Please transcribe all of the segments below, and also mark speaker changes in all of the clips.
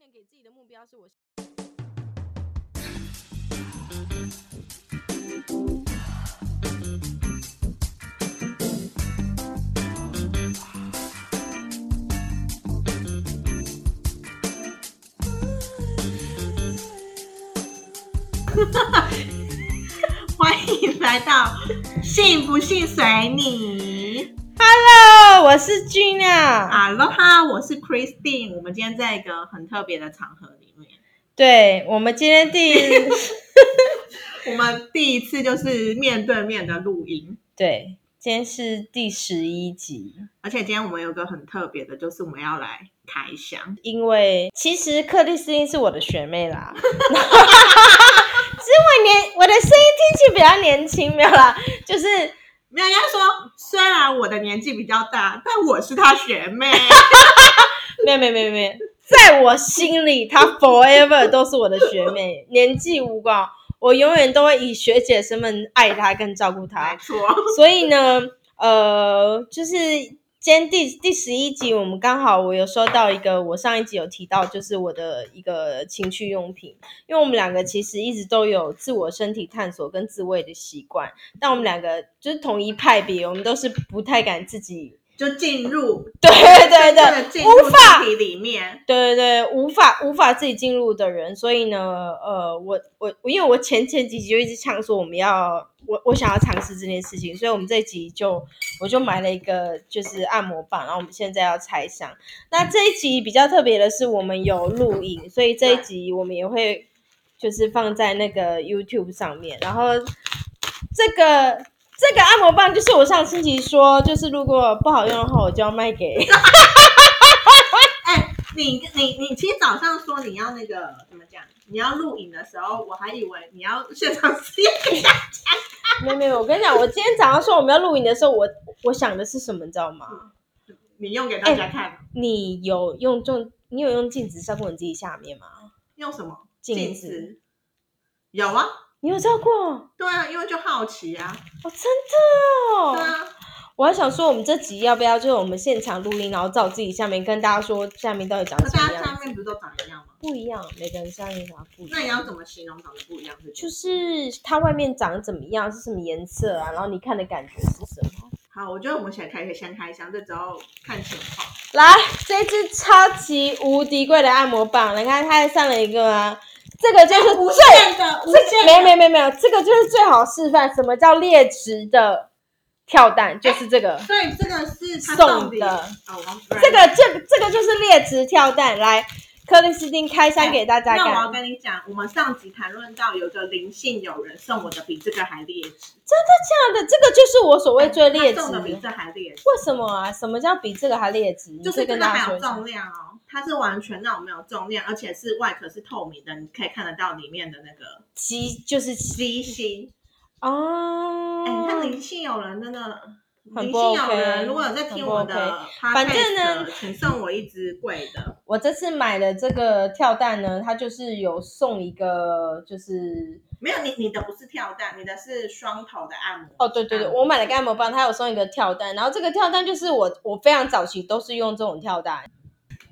Speaker 1: 年给自己的目标是我。
Speaker 2: 欢迎来到信不信随你。
Speaker 1: Hello，我是君啊。
Speaker 2: 哈喽哈，我是 Christine。我们今天在一个很特别的场合里面，
Speaker 1: 对我们今天第
Speaker 2: 我们第一次就是面对面的录音，
Speaker 1: 对，今天是第十一集，
Speaker 2: 而且今天我们有个很特别的，就是我们要来开箱。
Speaker 1: 因为其实克里斯汀是我的学妹啦， 只是我年我的声音听起比较年轻，没有啦，就是
Speaker 2: 没有，应该说，虽然我的年纪比较大，但我是她学 妹。
Speaker 1: 没有没有没有没有，在我心里，她 forever 都是我的学妹，年纪无关，我永远都会以学姐身份爱她跟照顾她
Speaker 2: 没。错，
Speaker 1: 所以呢，呃，就是今天第第十一集，我们刚好我有收到一个，我上一集有提到，就是我的一个情趣用品，因为我们两个其实一直都有自我身体探索跟自慰的习惯，但我们两个就是同一派别，我们都是不太敢自己，
Speaker 2: 就进入，
Speaker 1: 对对
Speaker 2: 真正的
Speaker 1: 对，
Speaker 2: 进
Speaker 1: 无
Speaker 2: 入
Speaker 1: 法
Speaker 2: 主题里面。
Speaker 1: 对对对，无法无法自己进入的人，所以呢，呃，我我我因为我前前几集就一直呛说我们要我我想要尝试这件事情，所以我们这集就我就买了一个就是按摩棒，然后我们现在要拆箱。那这一集比较特别的是我们有录影，所以这一集我们也会就是放在那个 YouTube 上面，然后这个。这个按摩棒就是我上星期说，就是如果不好用的话，我就要卖给
Speaker 2: 哎，你你你，其实早上说你要那个怎么讲？你要录影的时候，我还以为你要现场 实验。
Speaker 1: 没有没有，我跟你讲，我今天早上说我们要录影的时候，我我想的是什么，你知道吗？
Speaker 2: 你用给
Speaker 1: 哎
Speaker 2: 大家看，
Speaker 1: 你有用用你有用镜子照过你自己下面吗？
Speaker 2: 用什么
Speaker 1: 镜
Speaker 2: 子？有啊，
Speaker 1: 你有照过？哦，
Speaker 2: 对啊，因为就好奇啊，
Speaker 1: 真的
Speaker 2: 对
Speaker 1: 哦！
Speaker 2: 啊，
Speaker 1: 我还想说，我们这集要不要就是我们现场录音，然后照自己下面，跟大家说下面到底长
Speaker 2: 可
Speaker 1: 什
Speaker 2: 大
Speaker 1: 么
Speaker 2: 家
Speaker 1: 样
Speaker 2: 下
Speaker 1: 子？
Speaker 2: 面不是都长一样吗？
Speaker 1: 不一样，每个人下面长得不一
Speaker 2: 那你
Speaker 1: 样
Speaker 2: 要。怎么形容长得不一样？就
Speaker 1: 就是是它外面长得怎么样，是什么颜色啊？然后你看的感觉是什么？
Speaker 2: 好，我觉得我们先开始先开箱，这之后看情况。
Speaker 1: 来，这支超级无敌贵的按摩棒，你看它还上了一个、啊，这个就是
Speaker 2: 无
Speaker 1: 最
Speaker 2: 限的，无
Speaker 1: 这
Speaker 2: 限
Speaker 1: 没没没没有，这个就是最好示范什么叫劣质的跳蛋，就是这个，
Speaker 2: 所以这个是他
Speaker 1: 送
Speaker 2: 送礼
Speaker 1: 的
Speaker 2: 哦，我不然
Speaker 1: 这个这这个就是劣质跳蛋。来，克里斯汀开箱给大家
Speaker 2: 那我
Speaker 1: 看，
Speaker 2: 要跟你讲，我们上集谈论到有个灵性友人送我的比这个还劣质，
Speaker 1: 这样的这个就是我所谓最劣
Speaker 2: 他
Speaker 1: 质。
Speaker 2: 送的比
Speaker 1: 为
Speaker 2: 这还劣质，
Speaker 1: 什么啊？什么叫比这个还劣质？你
Speaker 2: 就是这
Speaker 1: 跟
Speaker 2: 个
Speaker 1: 大家说
Speaker 2: 还有
Speaker 1: 一下
Speaker 2: 重。量哦，它是完全那种没有重量，而且是外壳是透明的，你可以看得到里面的那个
Speaker 1: 鸡就是鸡
Speaker 2: 机芯。
Speaker 1: 哦
Speaker 2: 哎、你看灵性友人真的。
Speaker 1: 很
Speaker 2: 灵
Speaker 1: 不
Speaker 2: 性
Speaker 1: OK，
Speaker 2: 友人，如果有在听我们
Speaker 1: 很
Speaker 2: 的 podcast，
Speaker 1: 反正呢
Speaker 2: 请送我一只贵的。
Speaker 1: 我这次买的这个跳蛋呢，它就是有送一个，就是
Speaker 2: 没有你，你的不是跳蛋，你的是双头的按摩。
Speaker 1: 哦，对对对，
Speaker 2: 按摩
Speaker 1: 我买了个按摩棒，它有送一个跳蛋，然后这个跳蛋就是我我非常早期都是用这种跳蛋。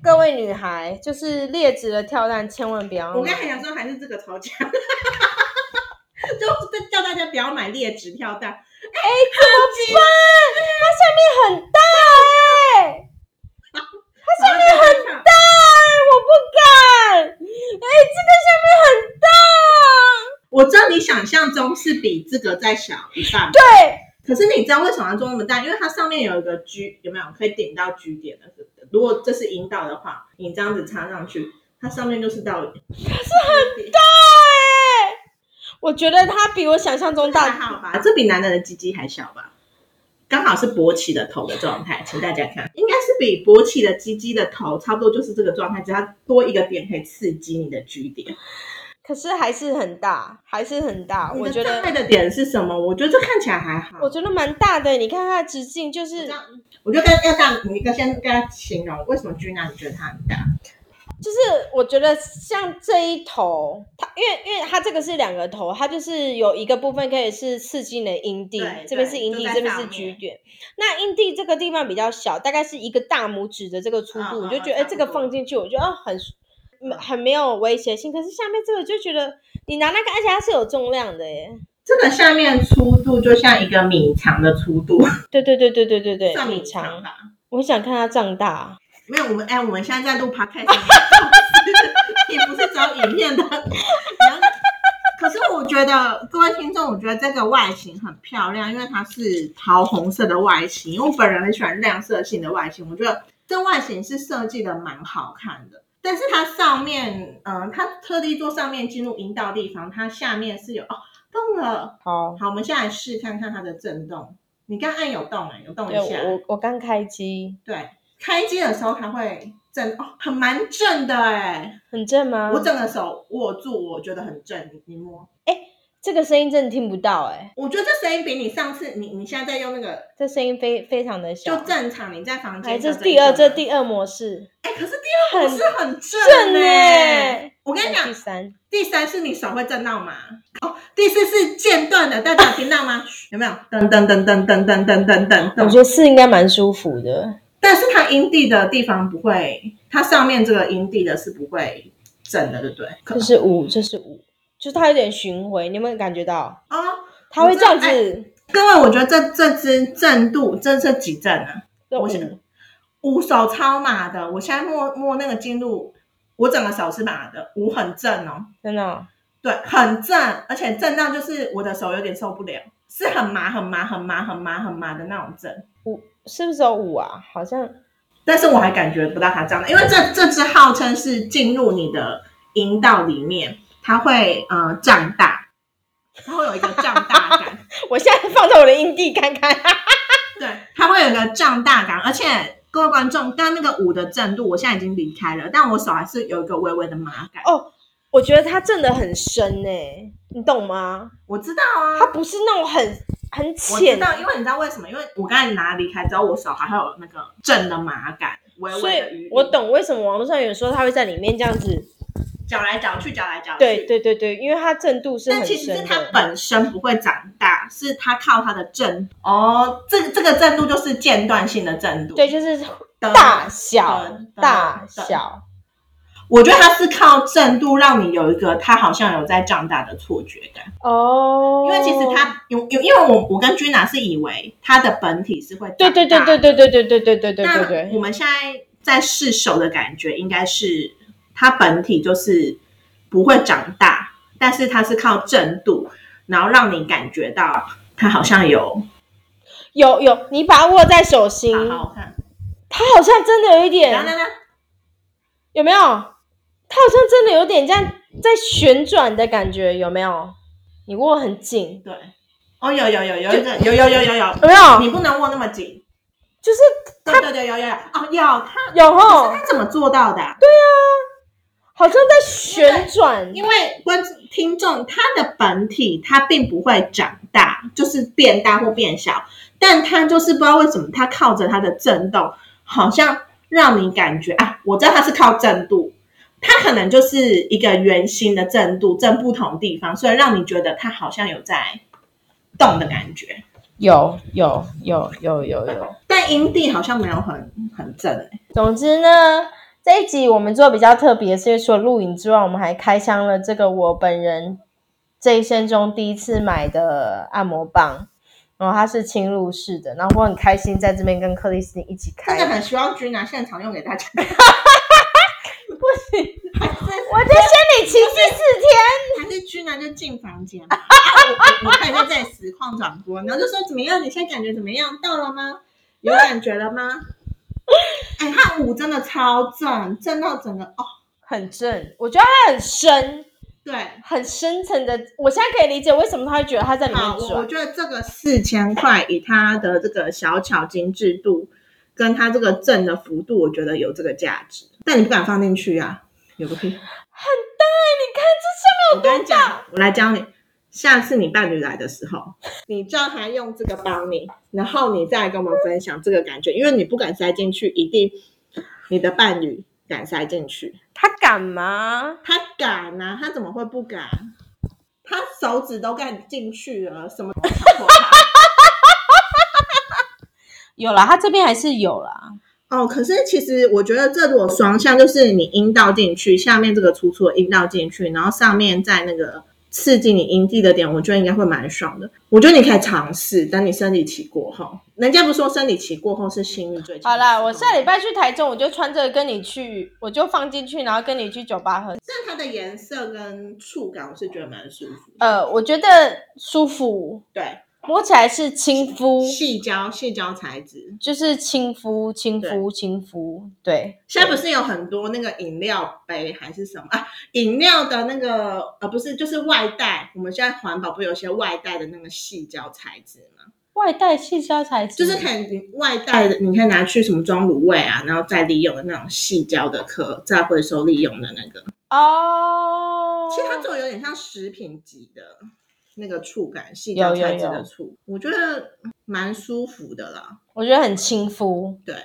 Speaker 1: 各位女孩，就是劣质的跳蛋千万不要买。
Speaker 2: 我刚才想说还是这个头奖，就是叫大家不要买劣质跳蛋。
Speaker 1: 它下面很大哎、
Speaker 2: 它下面很大，
Speaker 1: 大哎我不敢。哎、这个下面很大，
Speaker 2: 我知道你想象中是比这个再小一半，
Speaker 1: 对，
Speaker 2: 可是你知道为什么要做那么大？因为它上面有一个 G，有没有可以顶到 G 点的？如果这是阴道的话，你这样子插上去，它上面就是到，是很大。
Speaker 1: 大哎、我觉得它比我想象中
Speaker 2: 还
Speaker 1: 大，
Speaker 2: 好吧，这比男人的鸡鸡还小吧？刚好是勃起的头的状态，请大家看，应该是比勃起的鸡鸡的头差不多就是这个状态，只要多一个点可以刺激你的 G 点。
Speaker 1: 可是还是很大，还是很大。我
Speaker 2: 你
Speaker 1: 觉
Speaker 2: 的障碍
Speaker 1: 得，
Speaker 2: 的点是什么？我觉得这看起来还好。
Speaker 1: 我觉得蛮大的。欸你看它的直径就
Speaker 2: 我
Speaker 1: 是
Speaker 2: 这。样我就跟要大，你跟先跟他形容为什么 Gina 你觉得它很大？
Speaker 1: 就是我觉得像这一头，它因为因为它这个是两个头，它就是有一个部分可以是刺激你的阴蒂
Speaker 2: 对，
Speaker 1: 这边
Speaker 2: 对
Speaker 1: 是阴蒂，
Speaker 2: 就在
Speaker 1: 这边
Speaker 2: 上
Speaker 1: 是
Speaker 2: 面
Speaker 1: G 点。那阴蒂这个地方比较小，大概是一个大拇指的这个粗
Speaker 2: 嗯
Speaker 1: 度，
Speaker 2: 嗯
Speaker 1: 我就
Speaker 2: 嗯
Speaker 1: 觉得哎，
Speaker 2: 差
Speaker 1: 这
Speaker 2: 不
Speaker 1: 个
Speaker 2: 多嗯
Speaker 1: 放进去，我觉得啊很舒。没很没有威胁性。可是下面这个就觉得你拿那个，而且它是有重量的耶。
Speaker 2: 这个下面粗度就像一个米肠的粗度，
Speaker 1: 对对对对对对对，
Speaker 2: 算
Speaker 1: 米
Speaker 2: 米
Speaker 1: 肠
Speaker 2: 肠，吧。
Speaker 1: 我很想看它长大。
Speaker 2: 没有，我们哎，我们现在在录 podcast，你不是找影片的。 然后可是我觉得各位听众，我觉得这个外形很漂亮，因为它是桃红色的外形。因为我本人很喜欢亮色性的外形，我觉得这外形是设计的蛮好看的。但是它上面，嗯、它特地做上面进入阴道地方，它下面是有哦动了。
Speaker 1: 好，
Speaker 2: 好，我们现在试看看它的震动。你刚按有动哎、有动一
Speaker 1: 对
Speaker 2: 下。
Speaker 1: 我我刚开机，
Speaker 2: 对，开机的时候它会震哦，很蛮震的哎、
Speaker 1: 很正吗？
Speaker 2: 我整个手握住，我觉得很震。你你摸，
Speaker 1: 这个声音真的听不到哎，
Speaker 2: 我觉得这声音比你上次你你现在在用那个
Speaker 1: 这声音非非常的
Speaker 2: 就
Speaker 1: 小。
Speaker 2: 正常，你在房间
Speaker 1: 哎，这
Speaker 2: 的
Speaker 1: 是第二，
Speaker 2: 一
Speaker 1: 这
Speaker 2: 个
Speaker 1: 是第二模式，
Speaker 2: 哎、可是第二
Speaker 1: 很
Speaker 2: 不是很欸
Speaker 1: 正
Speaker 2: 呢、
Speaker 1: 哎
Speaker 2: 我跟你
Speaker 1: 第
Speaker 2: 讲，
Speaker 1: 三，
Speaker 2: 第三是你手会震到麻哦，第四是间断的，大家有听到吗？ 嘘有没有？噔噔噔噔噔噔噔噔噔
Speaker 1: 我
Speaker 2: 噔
Speaker 1: 觉。得四应该蛮舒服的。
Speaker 2: 但是它阴蒂的地方不会，它上面这个阴蒂的是不会震的，对不对？可
Speaker 1: 这是五，这是五，就是它有点巡回，你有没有感觉到？
Speaker 2: 哦，
Speaker 1: 它会这样
Speaker 2: 我知
Speaker 1: 子，
Speaker 2: 各位，我觉得这这支震度，这这几震啊，
Speaker 1: 这
Speaker 2: 我
Speaker 1: 五
Speaker 2: 想五手超麻的。我现在摸摸那个进入，我整个手是麻的，五很震哦，
Speaker 1: 真的哦
Speaker 2: 对，很震，而且震到就是我的手有点受不了，是很麻、很麻、很麻、很麻、很麻的那种震。
Speaker 1: 五是不是有五啊？好像
Speaker 2: 但是我还感觉不到它这样的，因为这这支号称是进入你的阴道里面，它会呃胀大，它会有一个胀大感。
Speaker 1: 我现在放在我的阴蒂看看。
Speaker 2: 对，它会有一个胀大感，而且各位观众，刚刚那个五的震度，我现在已经离开了，但我手还是有一个微微的麻感。
Speaker 1: 哦，我觉得它震得很深呢、你懂吗？
Speaker 2: 我知道
Speaker 1: 它
Speaker 2: 啊，
Speaker 1: 不是那种很很
Speaker 2: 我知
Speaker 1: 浅，
Speaker 2: 道，因为你知道为什么？因为我刚才拿离开之后，我手还会有那个震的麻感，微
Speaker 1: 所
Speaker 2: 微的余
Speaker 1: 以
Speaker 2: 韵
Speaker 1: 我懂为什么网络上有人说它会在里面这样子。
Speaker 2: 搅来搅去，搅来搅去。
Speaker 1: 对。对对对，因为它震度是
Speaker 2: 但
Speaker 1: 很
Speaker 2: 其实是
Speaker 1: 深
Speaker 2: 它
Speaker 1: 的。
Speaker 2: 本身不会长大，是它靠它的震哦，这这个震度就是间断性的震度。呃
Speaker 1: 对，，就是
Speaker 2: 的
Speaker 1: 大小
Speaker 2: 噔噔
Speaker 1: 大
Speaker 2: 噔
Speaker 1: 小，
Speaker 2: 我觉得它是靠震度让你有一个它好像有在胀大的错觉感。
Speaker 1: 哦，
Speaker 2: 因为其实它有有，因为我我跟君娜是以为它的本体是会
Speaker 1: 对对对对
Speaker 2: 对
Speaker 1: 对对对对对对对对
Speaker 2: 我
Speaker 1: 对，
Speaker 2: 们现在在试手的感觉应该是它本体就是不会长大，但是它是靠震度，然后让你感觉到它好像有
Speaker 1: 有有，你把它握在手心，
Speaker 2: 好好看。
Speaker 1: 它好像真的有一
Speaker 2: 然后
Speaker 1: 点，
Speaker 2: 呢，
Speaker 1: 有没有？它好像真的有点这样在旋转的感觉，有没有？你握很紧，
Speaker 2: 对，哦有有有有一个有有有有有，
Speaker 1: 有没有？
Speaker 2: 你不能握那么紧。
Speaker 1: 就是
Speaker 2: 对对对，有有有哦有，它
Speaker 1: 有吼，
Speaker 2: 它怎么做到的啊、
Speaker 1: 好像在旋转，
Speaker 2: 因为观听众他的本体他并不会长大，就是变大或变小，但他就是不知道为什么他靠着他的震动，好像让你感觉啊，我知道他是靠震度，他可能就是一个圆心的震度，震不同地方，所以让你觉得他好像有在动的感觉，
Speaker 1: 有有有有有有。
Speaker 2: 但阴蒂好像没有很很震、欸，
Speaker 1: 总之呢，这一集我们做比较特别，是因为除了录影之外，我们还开箱了这个我本人这一生中第一次买的按摩棒，然后它是侵入式的，然后我很开心在这边跟克里斯汀一起
Speaker 2: 真的
Speaker 1: 开。
Speaker 2: 很希望君拿现场用给大家。 不行，还是
Speaker 1: 我在生理期第四天，
Speaker 2: 还是居然就进房间嘛， 啊我我我看一下这里实况转播，然后就说怎么样？你现在感觉怎么样？到了吗？有感觉了 吗？哎，他舞真的超正，正到整个哦，
Speaker 1: 很正，我觉得它很深，
Speaker 2: 对，
Speaker 1: 很深层的。我现在可以理解为什么他会觉得它在里面
Speaker 2: 好，我我
Speaker 1: 转。
Speaker 2: 觉得这个四千块，以他的这个小巧精致度跟他这个正的幅度，我觉得有这个价值，但你不敢放进去啊，有个屁！
Speaker 1: 你看这
Speaker 2: 我跟你讲，我来教你。下次你伴侣来的时候， 你叫他用这个帮你，然后你再跟我们分享这个感觉，因为你不敢塞进去，一定你的伴侣敢塞进去。
Speaker 1: 他敢吗？
Speaker 2: 他敢啊，他怎么会不敢？他手指都敢进去了，什么？
Speaker 1: 有啦，他这边还是有啦。
Speaker 2: 哦，可是其实我觉得这朵双向就是你阴道进去，下面这个粗粗的阴道进去，然后上面在那个刺激你阴蒂的点，我觉得应该会蛮爽的。我觉得你可以尝试，等你生理期过后，人家不说生理期过后是性欲最强
Speaker 1: 好
Speaker 2: 的时候
Speaker 1: 啦，我下礼拜去台中，我就穿这个跟你去，我就放进去，然后跟你去酒吧喝。
Speaker 2: 但它的颜色跟触感，我是觉得蛮舒服的。
Speaker 1: 呃，我觉得舒服，
Speaker 2: 对，
Speaker 1: 摸起来是亲肤，
Speaker 2: 细胶细胶材质，
Speaker 1: 就是亲肤、亲肤、亲肤。对，
Speaker 2: 现在不是有很多那个饮料杯还是什么啊？饮料的那个呃，不是就是外带，我们现在环保不是有一些外带的那个细胶材质吗？
Speaker 1: 外带细胶材质，
Speaker 2: 就是可以外带的，你可以拿去什么装卤味啊，然后再利用的那种细胶的壳，再回收利用的那个。
Speaker 1: 哦。
Speaker 2: 其实它做有点像食品级的那个触感，细
Speaker 1: 有
Speaker 2: 胶
Speaker 1: 有
Speaker 2: 材质的
Speaker 1: 有
Speaker 2: 触，我觉得蛮舒服的啦。
Speaker 1: 我觉得很亲肤，
Speaker 2: 对，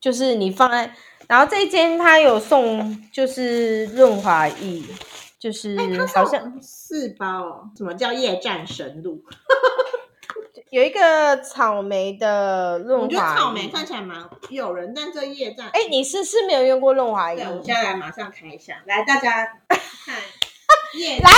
Speaker 1: 就是你放在，然后这一间它有送就是润滑液，就是
Speaker 2: 哎
Speaker 1: 嗯好像
Speaker 2: 四包哦，什么叫夜战神露？
Speaker 1: 有一个草莓的润滑
Speaker 2: 我
Speaker 1: 液。
Speaker 2: 觉得草莓看起来蛮诱人，但这夜战，
Speaker 1: 哎、你是是没有用过润滑液？
Speaker 2: 对，我现在来马上开箱，来 大家看夜
Speaker 1: 来，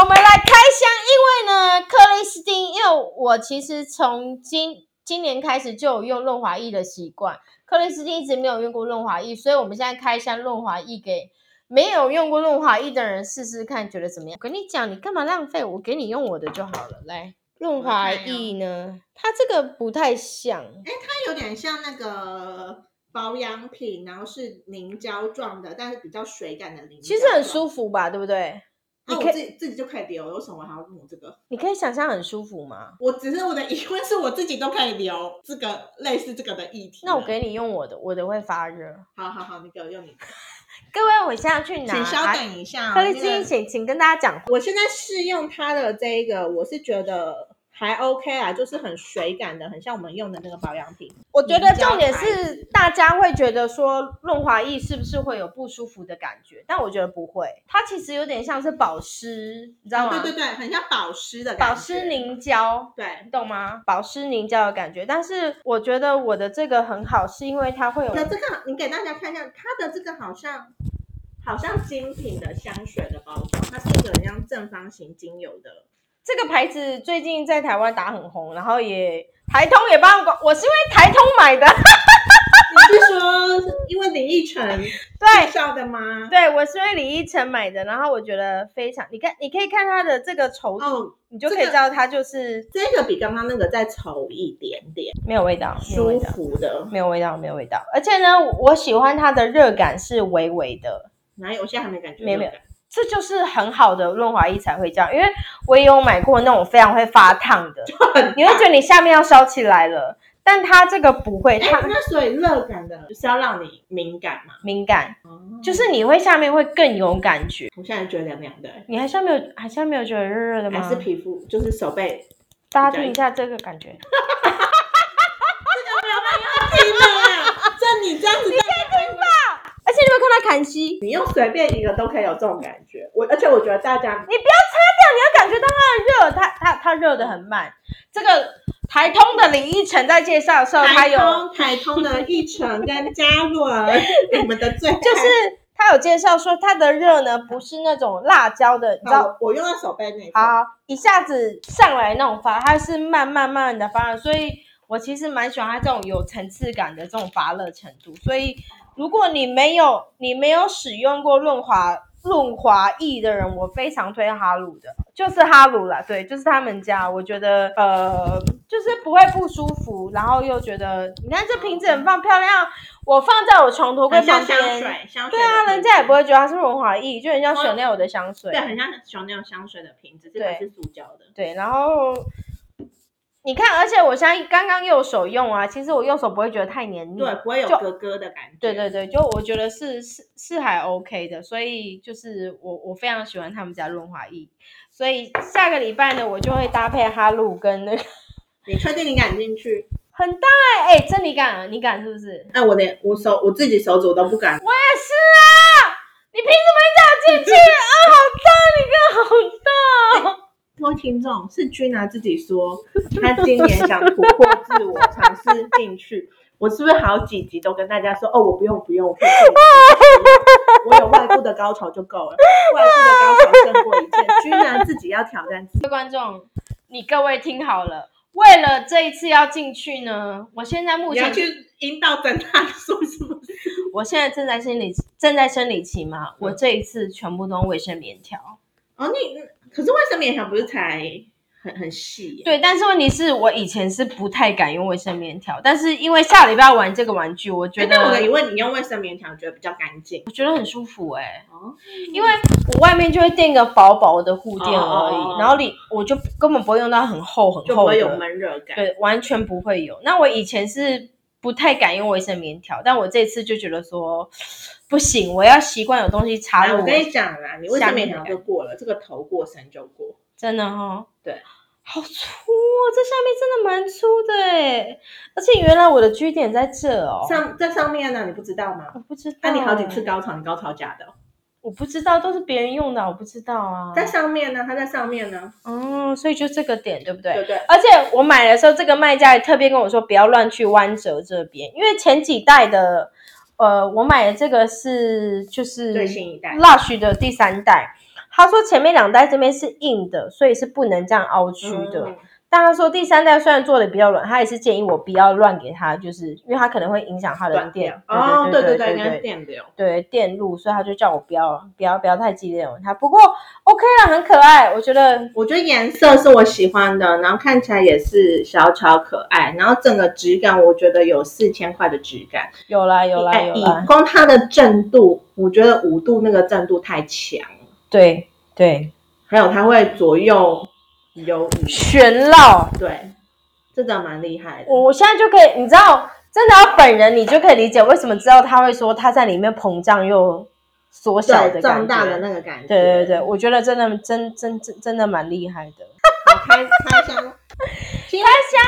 Speaker 1: 我们来开箱，因为呢，克里斯汀，因为我其实从今今年开始就有用润滑液的习惯，克里斯汀一直没有用过润滑液，所以我们现在开箱润滑液给没有用过润滑液的人试试看，觉得怎么样？我跟你讲，你干嘛浪费？我给你用我的就好了。来，润滑液呢，它这个不太像，
Speaker 2: 它有点像那个保养品，然后是凝胶状的，但是比较水感的凝胶
Speaker 1: 其
Speaker 2: 状。
Speaker 1: 实很舒服吧，对不对？
Speaker 2: 那、
Speaker 1: 你可以
Speaker 2: 我自己自己就可以留，为什么我还要抹这个？
Speaker 1: 你可以想象很舒服吗？
Speaker 2: 我只是我的疑问是我自己都可以留这个类似这个的议题。
Speaker 1: 那我给你用我的，我的会发热。
Speaker 2: 好好好，你给我用你的，
Speaker 1: 各位，我现在去拿。啊
Speaker 2: 请稍等一下、哦。
Speaker 1: 克里
Speaker 2: 那
Speaker 1: 斯
Speaker 2: 个
Speaker 1: 汀，请请跟大家讲话。
Speaker 2: 我现在试用它的这一个，我是觉得还 OK 啊，就是很水感的，很像我们用的那个保养品。
Speaker 1: 我觉得
Speaker 2: 凝胶
Speaker 1: 重点
Speaker 2: 材
Speaker 1: 是大家会觉得说润滑液是不是会有不舒服的感觉，但我觉得不会，它其实有点像是保湿，你知道吗？
Speaker 2: 对对对，很像保湿的感觉
Speaker 1: 保湿。凝胶。
Speaker 2: 对，
Speaker 1: 你懂吗？保湿凝胶的感觉，但是我觉得我的这个很好，是因为它会有
Speaker 2: 那这个你给大家看一下，它的这个好像好像精品的香水的包装，它是一个很像正方形精油 的。
Speaker 1: 这个牌子最近在台湾打很红，然后也台通也帮我广，我是因为台通买的，
Speaker 2: 你是说因为林依 晨
Speaker 1: 对
Speaker 2: 介，绍的吗？
Speaker 1: 对，我是因为李依晨买的，然后我觉得非常，你看，你可以看它的这个稠度，
Speaker 2: 哦，
Speaker 1: 你就
Speaker 2: 这
Speaker 1: 可以
Speaker 2: 个
Speaker 1: 知道它就是
Speaker 2: 这个比刚刚那个再稠一点点，
Speaker 1: 没有味道，没有味
Speaker 2: 舒
Speaker 1: 道，
Speaker 2: 服的。
Speaker 1: 没有味道，没有味道。而且呢，我喜欢它的热感是微微的，
Speaker 2: 哪有？我现在还没感觉
Speaker 1: 没
Speaker 2: 热
Speaker 1: 有
Speaker 2: 感。
Speaker 1: 没有这就是很好的润滑液才会这样。因为我也有买过那种非常会发烫 的，
Speaker 2: 很
Speaker 1: 你会觉得你下面要烧起来了，但它这个不会，
Speaker 2: 哎
Speaker 1: 它
Speaker 2: 那所以热感的就是要让你敏感嘛，
Speaker 1: 敏感，就是是你会下面会更有感觉。
Speaker 2: 我现在觉得凉凉的、
Speaker 1: 你还像没有，还像没有觉得热热的吗
Speaker 2: 还？是皮肤就是手背
Speaker 1: 大家听一下这个 感觉。
Speaker 2: 这你这样子，你
Speaker 1: 而且你有没有看到凯西？
Speaker 2: 你用随便一个都可以有这种感觉。我而且我觉得大家
Speaker 1: 你不要擦掉，你要感觉到它的热，它它它热的很慢。这个台通的林依晨在介绍的时候，他
Speaker 2: 台
Speaker 1: 有
Speaker 2: 通台通的一晨跟嘉伦， 我们的最爱
Speaker 1: 就是他有介绍说它的热呢不是那种辣椒的，你知道。
Speaker 2: 好我我用到手背那一侧，
Speaker 1: 好，一下子上来那种发，它是慢慢慢的发热，所以我其实蛮喜欢它这种有层次感的这种发热程度。所以如果你没有你没有使用过润滑润滑液的人，我非常推哈鲁的，就是哈鲁啦，对，就是他们家，我觉得呃，就是不会不舒服，然后又觉得你看这瓶子很放漂亮，我放在我床头柜
Speaker 2: 很像
Speaker 1: 旁
Speaker 2: 香
Speaker 1: 边。
Speaker 2: 水，香水
Speaker 1: 对啊，
Speaker 2: 的
Speaker 1: 人
Speaker 2: 瓶
Speaker 1: 家也不
Speaker 2: 子
Speaker 1: 会觉得它是润滑液，就很像 Chanel 的香水。
Speaker 2: 对，很像小那种香水的瓶子，这个
Speaker 1: 对
Speaker 2: 是塑胶的。
Speaker 1: 对，然后你看，而且我相信刚刚右手用啊，其实我右手不会觉得太黏腻。
Speaker 2: 对，不会有
Speaker 1: 嗯就
Speaker 2: 咯咯的感觉。
Speaker 1: 对对对就我觉得是是是还 OK 的，所以就是我我非常喜欢他们家润滑液，所以下个礼拜呢，我就会搭配哈露跟那个
Speaker 2: 你确定你敢进去？
Speaker 1: 很大哎、欸，这你敢啊？你敢是不是？
Speaker 2: 哎，我连我手我自己手指我都不敢。
Speaker 1: 我也是啊，你凭什么一脚进去啊？好大，你看好大哦。
Speaker 2: 各位听众， 是君拿自己说，他今年想突破自我，尝试进去。我是不是好几集都跟大家说，哦，我不用不用，我可以自己我有外部的高潮就够了，外部的高潮胜过一切，居然自己要挑战 自己。
Speaker 1: 你各位听好了，为了这一次要进去呢，我现在目
Speaker 2: 你要
Speaker 1: 前
Speaker 2: 去阴道整他说什么？
Speaker 1: 我现在正在生理正在生理期嘛，
Speaker 2: 嗯
Speaker 1: 我这一次全部都用卫生棉条。
Speaker 2: 哦，你可是卫生棉条不是才很很细耶？
Speaker 1: 对，但是问题是我以前是不太敢用卫生棉条，但是因为下礼拜玩这个玩具，我觉
Speaker 2: 哎
Speaker 1: 得
Speaker 2: 那我的疑问，你用卫生棉条觉得比较干净
Speaker 1: 我觉得很舒服哎、
Speaker 2: 哦？
Speaker 1: 因为我外面就会垫个薄薄的护垫而已，
Speaker 2: 哦
Speaker 1: 然后里我就根本不会用到很厚很
Speaker 2: 就不
Speaker 1: 厚
Speaker 2: 会有
Speaker 1: 的，
Speaker 2: 闷热感。
Speaker 1: 对，完全不会有。那我以前是不太敢用卫生棉条，但我这次就觉得说不行，我要习惯有东西插
Speaker 2: 啊，
Speaker 1: 入
Speaker 2: 我
Speaker 1: 我
Speaker 2: 跟你讲啦，你卫生棉条
Speaker 1: 下面
Speaker 2: 就过了，这个头过身就过。
Speaker 1: 真的哦，
Speaker 2: 对，
Speaker 1: 好粗哦，这下面真的蛮粗的哎，而且原来我的居点在这哦，嗯
Speaker 2: 上在上面呢，你不知道吗？
Speaker 1: 我不知道，欸
Speaker 2: 那、你好几次，高潮，你高潮假的哦、
Speaker 1: 我不知道都是别人用的，我不知道啊，
Speaker 2: 在上面呢，它在上面呢，
Speaker 1: 哦，所以就这个点对不对？
Speaker 2: 对不对？
Speaker 1: 而且我买的时候，这个卖家也特别跟我说，不要乱去弯折这边，因为前几代的，呃，我买的这个是就是
Speaker 2: 最新一代
Speaker 1: Lush 的第三代，他说前面两代这边是硬的，所以是不能这样凹曲的。
Speaker 2: 嗯
Speaker 1: 但他说第三代虽然做的比较软，他也是建议我不要乱给他，就是因为他可能会影响他的
Speaker 2: 断
Speaker 1: 电
Speaker 2: 掉。哦，对
Speaker 1: 对
Speaker 2: 对应
Speaker 1: 对
Speaker 2: 该是电流。
Speaker 1: 对电路，所以他就叫我不要不要不要太激烈用它。不过 OK 啦，很可爱，我觉得
Speaker 2: 我觉得颜色是我喜欢的，然后看起来也是小巧可爱，然后整个质感我觉得有四千块的质感。
Speaker 1: 有啦有啦
Speaker 2: 哎
Speaker 1: 有
Speaker 2: 以
Speaker 1: 啦，
Speaker 2: 光它的震度，我觉得五度那个震度太强了，
Speaker 1: 对对。
Speaker 2: 还有它会左右游移，
Speaker 1: 旋绕，
Speaker 2: 对，这个蛮厉害的。
Speaker 1: 我我现在就可以，你知道，真的要本人，你就可以理解为什么知道他会说他在里面膨胀又缩小的
Speaker 2: 对，
Speaker 1: 感觉。
Speaker 2: 壮大的那个感觉，
Speaker 1: 对对对，我觉得真的真真真真的蛮厉害的。
Speaker 2: 好开开箱，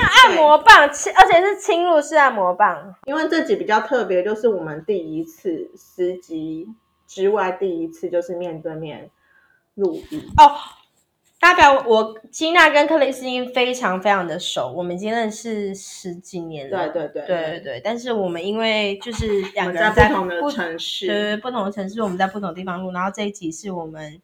Speaker 2: 开
Speaker 1: 按摩棒，侵而且是侵入式按摩棒，
Speaker 2: 因为这集比较特别，就是我们第一次十集之外第一次就是面对面录音，
Speaker 1: 代表我基娜跟克里斯汀非常非常的熟，我们已经认识十几年了。
Speaker 2: 对对对
Speaker 1: 对对对，但是我们因为就是
Speaker 2: 我
Speaker 1: 两
Speaker 2: 们
Speaker 1: 个
Speaker 2: 在
Speaker 1: 人
Speaker 2: 不同的
Speaker 1: 不
Speaker 2: 城
Speaker 1: 对对
Speaker 2: 市，
Speaker 1: 对不同的城市，我们在不同的地方录，然后这一集是我们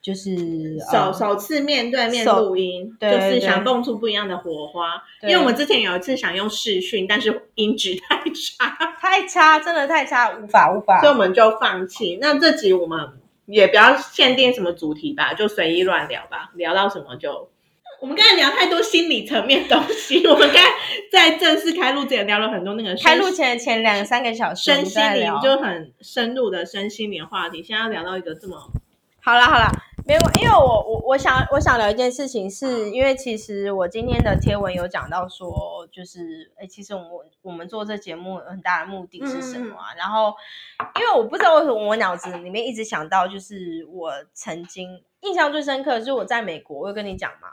Speaker 1: 就是
Speaker 2: 首
Speaker 1: 呃
Speaker 2: 首次面对面
Speaker 1: 首
Speaker 2: 录音，
Speaker 1: 对
Speaker 2: 就是
Speaker 1: 对
Speaker 2: 想蹦出不一样的火花。
Speaker 1: 对
Speaker 2: 因为我们之前有一次想用视讯，但是音质太差，
Speaker 1: 太差，真的太差，无法无法
Speaker 2: 所以。我们就放弃。那这集我们也不要限定什么主题吧，就随意乱聊吧，聊到什么就。我们刚才聊太多心理层面的东西，我们刚才在正式开录之前聊了很多那个身
Speaker 1: 开录前的前两三个小时，我
Speaker 2: 身
Speaker 1: 们再
Speaker 2: 心灵
Speaker 1: 聊。
Speaker 2: 就很深入的身心灵话题，现在要聊到一个这么
Speaker 1: 好了好了，没有，因为我我我想我想聊一件事情是，因为其实我今天的贴文有讲到说，就是哎，诶其实我们我们做这节目很大的目的是什么啊？然后，因为我不知道为什么我脑子里面一直想到，就是我曾经印象最深刻的就是我在美国，我有跟你讲嘛，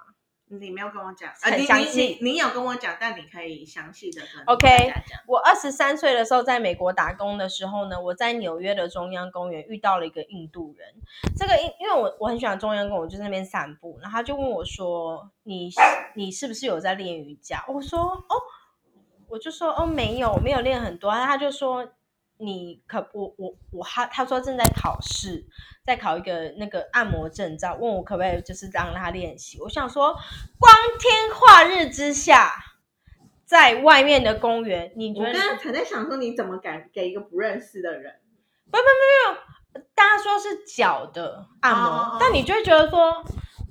Speaker 2: 你没有跟我讲，
Speaker 1: 很
Speaker 2: 呃，你
Speaker 1: 详
Speaker 2: 你
Speaker 1: 细
Speaker 2: 你你有跟我讲，但你可以详细的跟
Speaker 1: OK
Speaker 2: 大家讲。
Speaker 1: 我二十三岁的时候在美国打工的时候呢，我在纽约的中央公园遇到了一个印度人。这个印，因为我我很喜欢中央公园，我就在那边散步，然后他就问我说：“你你是不是有在练瑜伽？”我说：“哦，我就说哦没有，没有练很多。”他就说：“你可我我我他他说正在考试，在考一个那个按摩证照，问我可不可以就是让他练习。”我想说，光天化日之下。在外面的公园，你觉
Speaker 2: 我
Speaker 1: 得
Speaker 2: 刚刚才在想说，你怎么敢给一个不认识的人？
Speaker 1: 大家说是脚的按摩，
Speaker 2: 哦哦哦
Speaker 1: 但你就会觉得说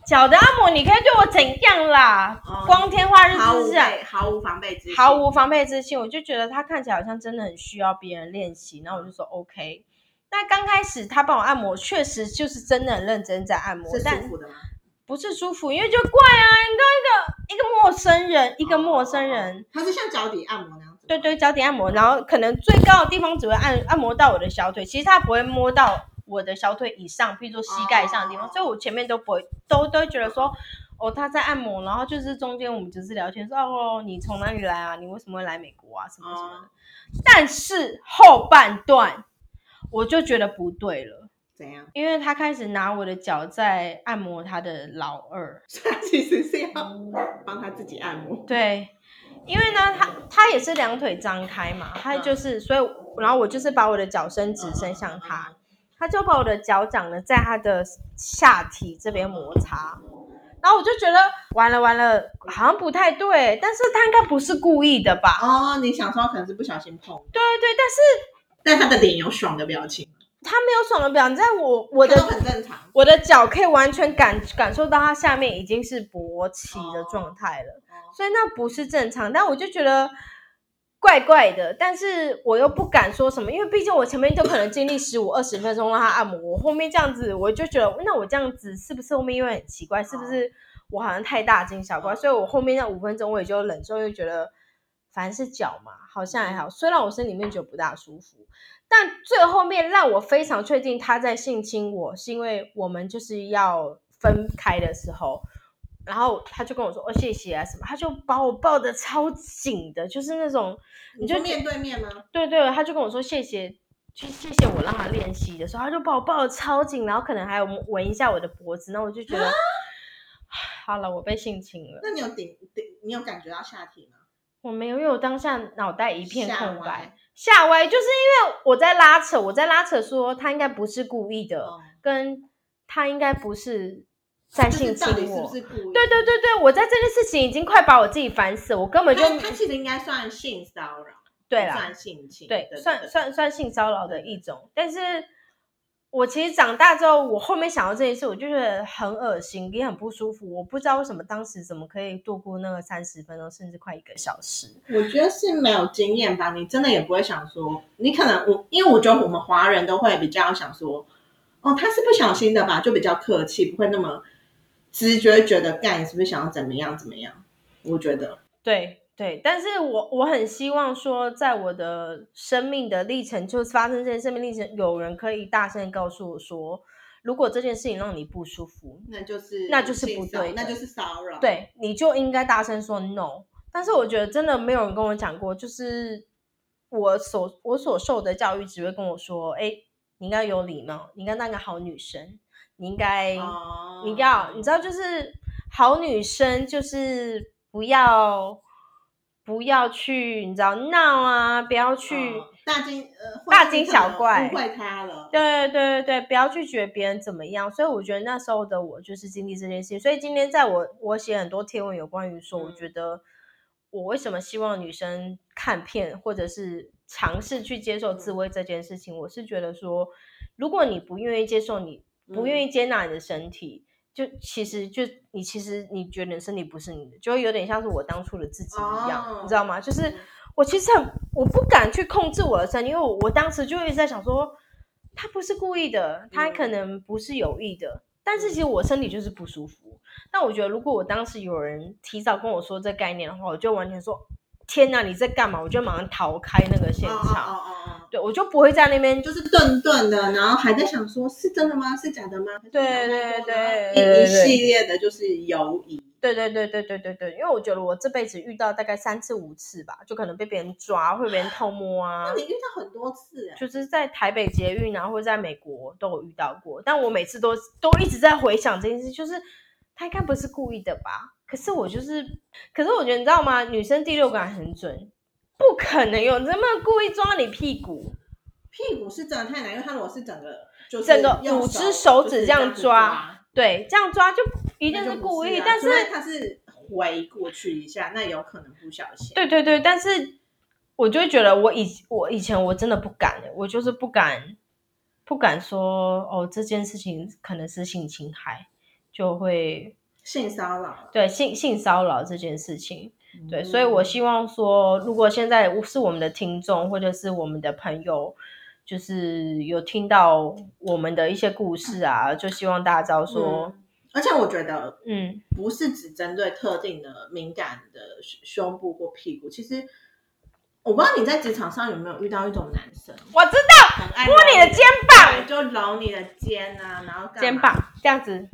Speaker 1: 脚的按摩，你可以对我怎样啦？
Speaker 2: 哦
Speaker 1: 光天化日
Speaker 2: 毫无
Speaker 1: 之下，
Speaker 2: 备毫无防备之心，
Speaker 1: 毫无防备之心，我就觉得他看起来好像真的很需要别人练习，然后我就说 OK。那刚开始他帮我按摩，确实就是真的很认真在按摩
Speaker 2: 是，舒
Speaker 1: 但
Speaker 2: 服的吗？
Speaker 1: 不是舒服，因为就怪啊，你跟一个一个陌生人，一
Speaker 2: 一
Speaker 1: 个陌生人，，
Speaker 2: 它是像脚底按摩那样子。
Speaker 1: 对对，脚底按摩，然后可能最高的地方只会按按摩到我的小腿，其实它不会摸到我的小腿以上，比如说膝盖以上的地方，
Speaker 2: 哦
Speaker 1: 所以我前面都不会，都都会觉得说，哦，他在按摩，然后就是中间我们只是聊天说，哦，你从哪里来啊？你为什么会来美国啊？什么什么的。
Speaker 2: 哦
Speaker 1: 但是后半段我就觉得不对了，
Speaker 2: 怎样？
Speaker 1: 因为他开始拿我的脚在按摩他的老二，
Speaker 2: 所以它其实是要帮他自己按摩。
Speaker 1: 对，因为呢，它它也是两腿张开嘛，它就是所以，然后我就是把我的脚伸直伸向它，它就把我的脚掌呢在它的下体这边摩擦，然后我就觉得完了完了，好像不太对，但是它应该不是故意的吧？
Speaker 2: 哦，你想说可能是不小心碰，
Speaker 1: 对对，但是
Speaker 2: 但他的脸有爽的表情，
Speaker 1: 它没有爽的表，你在我我的
Speaker 2: 这都很正常。
Speaker 1: 我的脚可以完全感感受到它下面已经是勃起的状态了，所以那不是正常。但我就觉得怪怪的，但是我又不敢说什么，因为毕竟我前面就可能经历十五二十分钟让它按摩，我后面这样子我就觉得，那我这样子是不是后面又很奇怪？是不是我好像太大惊小怪？所以我后面那五分钟我也就忍受，又觉得反正是脚嘛，好像还好。虽然我心里面觉得不大舒服，但最后面让我非常确定他在性侵我，是因为我们就是要分开的时候，然后他就跟我说：“哦，谢谢啊什么。”他就把我抱的超紧的，就是那种你
Speaker 2: 你
Speaker 1: 就
Speaker 2: 就面对面吗？
Speaker 1: 对对，他就跟我说谢谢，就谢谢我让他练习的时候，他就把我抱的超紧，然后可能还有闻一下我的脖子，那我就觉 得，好了，我被性侵了。
Speaker 2: 那你有顶顶，你有感觉到下体吗？
Speaker 1: 我没有，因为我当下脑袋一片
Speaker 2: 吓
Speaker 1: 空白
Speaker 2: 歪。
Speaker 1: 吓歪，就是因为我在拉扯，我在拉扯说他应该不是故意的，
Speaker 2: 哦
Speaker 1: 跟他应该不是在
Speaker 2: 就是
Speaker 1: 性侵
Speaker 2: 到
Speaker 1: 我。
Speaker 2: 底是不是故意？
Speaker 1: 对对对对，我在这件事情已经快把我自己烦死了，我根本就
Speaker 2: 他他其实应该算性骚扰，
Speaker 1: 对
Speaker 2: 不
Speaker 1: 啦，
Speaker 2: 算性侵，
Speaker 1: 对，
Speaker 2: 对
Speaker 1: 算。算算性骚扰的一种。但是我其实长大之后，我后面想到这件事，我就觉得很恶心，也很不舒服。我不知道为什么当时怎么可以度过那个三十分钟，甚至快一个小时。
Speaker 2: 我觉得是没有经验吧，你真的也不会想说，你可能我，因为我觉得我们华人都会比较想说，哦，他是不小心的吧，就比较客气，不会那么直觉觉得干你是不是想要怎么样怎么样？我觉得，
Speaker 1: 对对，但是我我很希望说，在我的生命的历程，就是发生这件生命历程，有人可以大声地告诉我说，如果这件事情让你不舒服，
Speaker 2: 那就是
Speaker 1: 那就是
Speaker 2: 性
Speaker 1: 不
Speaker 2: 骚扰
Speaker 1: 对的
Speaker 2: 那就是骚扰。，
Speaker 1: 对，你就应该大声说 no。但是我觉得真的没有人跟我讲过，就是我所我所受的教育只会跟我说，哎，你应该有礼貌，你应该当个好女生，你应该、
Speaker 2: 哦，
Speaker 1: 你要你知道，就是好女生就是不要不要去你知道闹啊，不要去。
Speaker 2: 哦大惊呃或
Speaker 1: 大
Speaker 2: 者你
Speaker 1: 惊
Speaker 2: 可
Speaker 1: 小
Speaker 2: 能
Speaker 1: 怪
Speaker 2: 误会他了。
Speaker 1: 对对对对，不要去觉得别人怎么样。所以我觉得那时候的我就是经历这件事情。所以今天在我我写很多贴文有关于说，我
Speaker 2: 嗯
Speaker 1: 觉得我为什么希望女生看片或者是尝试去接受自慰这件事情，我是觉得说，如果你不愿意接受你，不
Speaker 2: 嗯
Speaker 1: 愿意接纳你的身体。就其实就你其实你觉得你的身体不是你的，就会有点像是我当初的自己一样，
Speaker 2: 哦
Speaker 1: 你知道吗？就是
Speaker 2: 嗯
Speaker 1: 我其实很我不敢去控制我的身体，因为我我当时就一直在想说，他不是故意的，他
Speaker 2: 嗯
Speaker 1: 可能不是有意的，但是其实我身体就是不舒服。那我觉得如果我当时有人提早跟我说这概念的话，我就完全说天哪，你在干嘛？我就马上逃开那个现
Speaker 2: 哦
Speaker 1: 场，
Speaker 2: 哦哦哦哦
Speaker 1: 对我就不会在那边就
Speaker 2: 就是顿顿的，然后还在想说是真的吗？是假的吗？
Speaker 1: 对
Speaker 2: 还是有没有
Speaker 1: 对
Speaker 2: 然
Speaker 1: 对对
Speaker 2: 后一一
Speaker 1: 对
Speaker 2: 系列的就是犹疑。
Speaker 1: 对对对对对对对，因为我觉得我这辈子遇到大概三次五次吧，就可能被别人抓，会被别人偷摸啊。
Speaker 2: 那你遇到很多次哎，
Speaker 1: 就是在台北捷运啊，或者在美国都有遇到过，但我每次都都一直在回想这件事，就是他应该不是故意的吧？可是我就是，可是我觉得你知道吗？女生第六感很准，不可能有这么故意抓你屁股，
Speaker 2: 屁股是真的太难，因为它如果是整个就是
Speaker 1: 整个
Speaker 2: 用
Speaker 1: 五只手指
Speaker 2: 就
Speaker 1: 这
Speaker 2: 是这
Speaker 1: 样
Speaker 2: 样子
Speaker 1: 抓，对，这样抓就一定
Speaker 2: 那
Speaker 1: 是
Speaker 2: 就不
Speaker 1: 故意，
Speaker 2: 啊
Speaker 1: 但是
Speaker 2: 除非它是回过去一下，那有可能不小心。
Speaker 1: 对对对，但是我就会觉得我以我以前我真的不敢，欸我就是不敢不敢说哦这件事情可能是性侵害，就会
Speaker 2: 性骚扰，
Speaker 1: 对性性骚扰这件事情。对，所以我
Speaker 2: 嗯
Speaker 1: 希望说，如果现在是我们的听众或者是我们的朋友，就是有听到我们的一些故事啊，就希望大家知道说，
Speaker 2: 嗯而且我觉得
Speaker 1: 嗯
Speaker 2: 不是只针对特定的敏感的胸部或屁股，其实。我不知道你在职场上有没有遇到一种男生，
Speaker 1: 我知道
Speaker 2: 很爱
Speaker 1: 摸你的肩膀，
Speaker 2: 对，就揉你的肩啊，然后干嘛
Speaker 1: 肩，膀这样子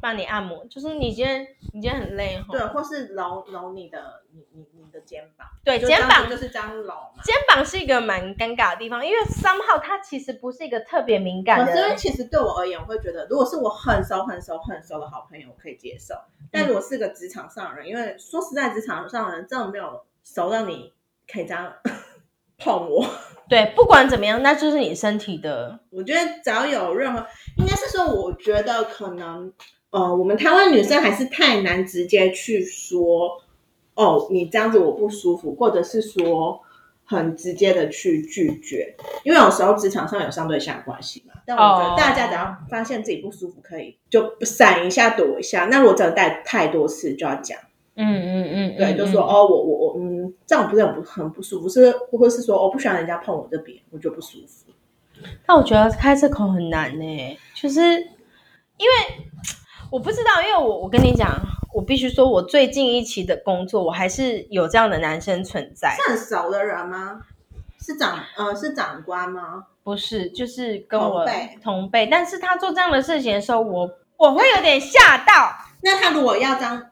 Speaker 1: 帮你按摩，就是你今天你今天很累哈，
Speaker 2: 对，或是揉揉你的你你你的肩膀，
Speaker 1: 对
Speaker 2: 就这样
Speaker 1: 肩膀
Speaker 2: 就是这样揉嘛。
Speaker 1: 肩膀是一个蛮尴尬的地方，因为三号它其实不是一个特别敏感
Speaker 2: 可
Speaker 1: 的
Speaker 2: 是
Speaker 1: 人，
Speaker 2: 其实对我而言，我会觉得，如果是我很熟很熟很熟的
Speaker 1: 嗯
Speaker 2: 好朋友，我可以接受；但如果是个职场上的人，因为说实在，职场上的人真的没有熟到你可以这样 碰我。
Speaker 1: 对，不管怎么样，那就是你身体的，
Speaker 2: 我觉得只要有任何，应该是说，我觉得可能，呃，我们台湾女生还是太难直接去说，哦，你这样子我不舒服，或者是说很直接的去拒绝，因为有时候职场上有上对下的关系嘛。但我觉
Speaker 1: 哦
Speaker 2: 得大家只要发现自己不舒服，可以就闪一下躲一下。那如果真的带太多次，就要讲。
Speaker 1: 嗯嗯嗯，
Speaker 2: 对，
Speaker 1: 嗯
Speaker 2: 就说
Speaker 1: 嗯
Speaker 2: 哦，我我我，嗯，这样不是很不很不舒服，是或或是说我、哦、不喜欢人家碰我这边，我就不舒服。
Speaker 1: 但我觉得开这口很难呢、就是因为我不知道，因为我我跟你讲，我必须说，我最近一期的工作，我还是有这样的男生存在，
Speaker 2: 是很熟的人吗？是长呃是长官吗？
Speaker 1: 不是就是跟我
Speaker 2: 同辈
Speaker 1: 同辈，但是他做这样的事情的时候，我我会有点吓到，
Speaker 2: 那他如果要当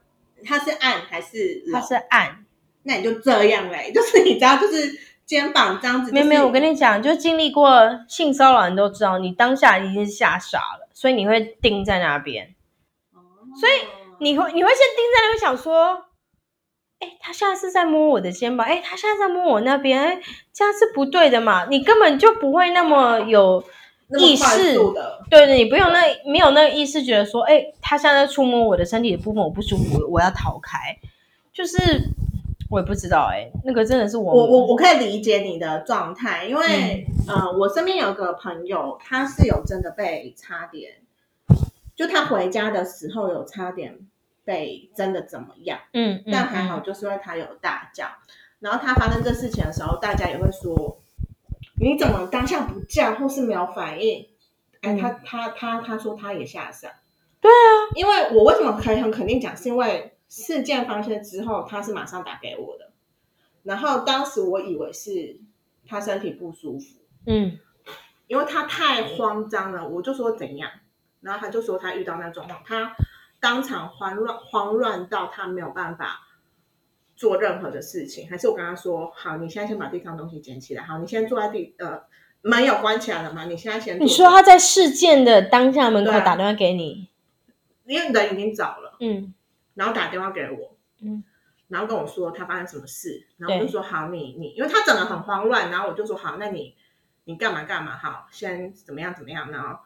Speaker 2: 他是暗还是
Speaker 1: 他
Speaker 2: 冷？
Speaker 1: 是啊暗，
Speaker 2: 那你就这样嘞，就是你知道，就是肩膀这样子、
Speaker 1: 没有没有，我跟
Speaker 2: 你
Speaker 1: 你讲，就经历过性骚扰，你都知道，你当下一定是吓傻了，所以你会定在那边。
Speaker 2: 所以
Speaker 1: 你会你会先盯在那边想说，哎，他现在是在摸我的肩膀，哎，他现在在摸我那边，哎，这样是不对的嘛，你根本就不会那么有意识，
Speaker 2: 的，
Speaker 1: 对对，你不用那没有那个意识，觉得说，哎，他现在在触摸我的身体的部分，我不舒服，我要逃开，就是我也不知道，哎，那个真的是我
Speaker 2: 我我我可以理解你的状态，因为、呃，我身边有个朋友，他是有真的被差点，就他回家的时候有差点被真的怎么样。
Speaker 1: 嗯，嗯
Speaker 2: 但还好，，就是因为他有大叫，然后他发生这事情的时候，大家也会说，你怎么当下不叫或是没有反应？哎，
Speaker 1: 嗯
Speaker 2: 他他他他说他也吓傻。
Speaker 1: 对
Speaker 2: 啊，因为我为什么可以很肯定讲，是因为事件发生之后，他是马上打给我的，然后当时我以为是他身体不舒服，
Speaker 1: 嗯
Speaker 2: 因为他太慌张了，我就说怎样，然后他就说他遇到那状况，他当场慌乱慌乱到他没有办法做任何的事情，还是我跟他说，好，你现在先把地上东西捡起来，好，你先坐在地呃门有关起来了嘛，你现在先
Speaker 1: 嗯，
Speaker 2: 坐
Speaker 1: 你说他在事件的当下门口
Speaker 2: 对啊
Speaker 1: 打电话给你，
Speaker 2: 因为人已经走了，
Speaker 1: 嗯
Speaker 2: 然后打电话给我，
Speaker 1: 嗯，
Speaker 2: 然后跟我说他发生什么事，然后我就说好，你你，因为他整个很慌乱，然后我就说好，那你你干嘛干嘛好，先怎么样怎么样，然后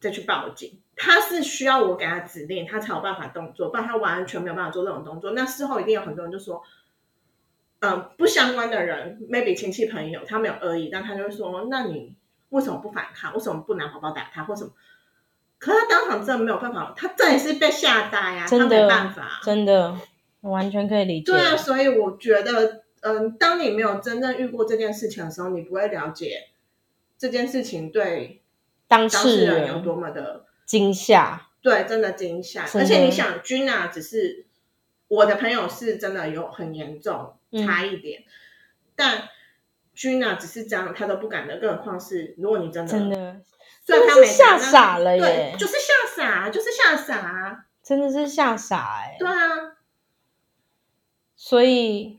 Speaker 2: 再去报警。他是需要我给他指令，他才有办法动作，不然他完全没有办法做这种动作。那事后一定有很多人就说，嗯、不相关的人，maybe 亲戚朋友，他没有恶意，但他就会说，那你为什么不反抗？为什么不拿包包打他？或什么？可是他当场真的没有办法，他这也是被吓呆呀、他
Speaker 1: 真
Speaker 2: 没
Speaker 1: 的
Speaker 2: 办法，啊
Speaker 1: 真的，我完全可以理解。
Speaker 2: 对啊，所以我觉得，嗯，当你没有真正遇过这件事情的时候，你不会了解这件事情对
Speaker 1: 当
Speaker 2: 当
Speaker 1: 事
Speaker 2: 事人有
Speaker 1: 人
Speaker 2: 多么的
Speaker 1: 惊吓，
Speaker 2: 对，真的惊吓。
Speaker 1: 真
Speaker 2: 而
Speaker 1: 的
Speaker 2: 且你想，Gina 只是我的朋友是真的有很严重
Speaker 1: 嗯
Speaker 2: 差一点，但 Gina 只是这样，她都不敢的，更何况是如果你真的
Speaker 1: 真，的
Speaker 2: 虽然
Speaker 1: 真的
Speaker 2: 她
Speaker 1: 是
Speaker 2: 没讲
Speaker 1: 吓傻了
Speaker 2: 但是
Speaker 1: 耶
Speaker 2: 对，就是吓傻，就是吓傻，啊
Speaker 1: 真的是吓傻哎、
Speaker 2: 对啊。
Speaker 1: 所以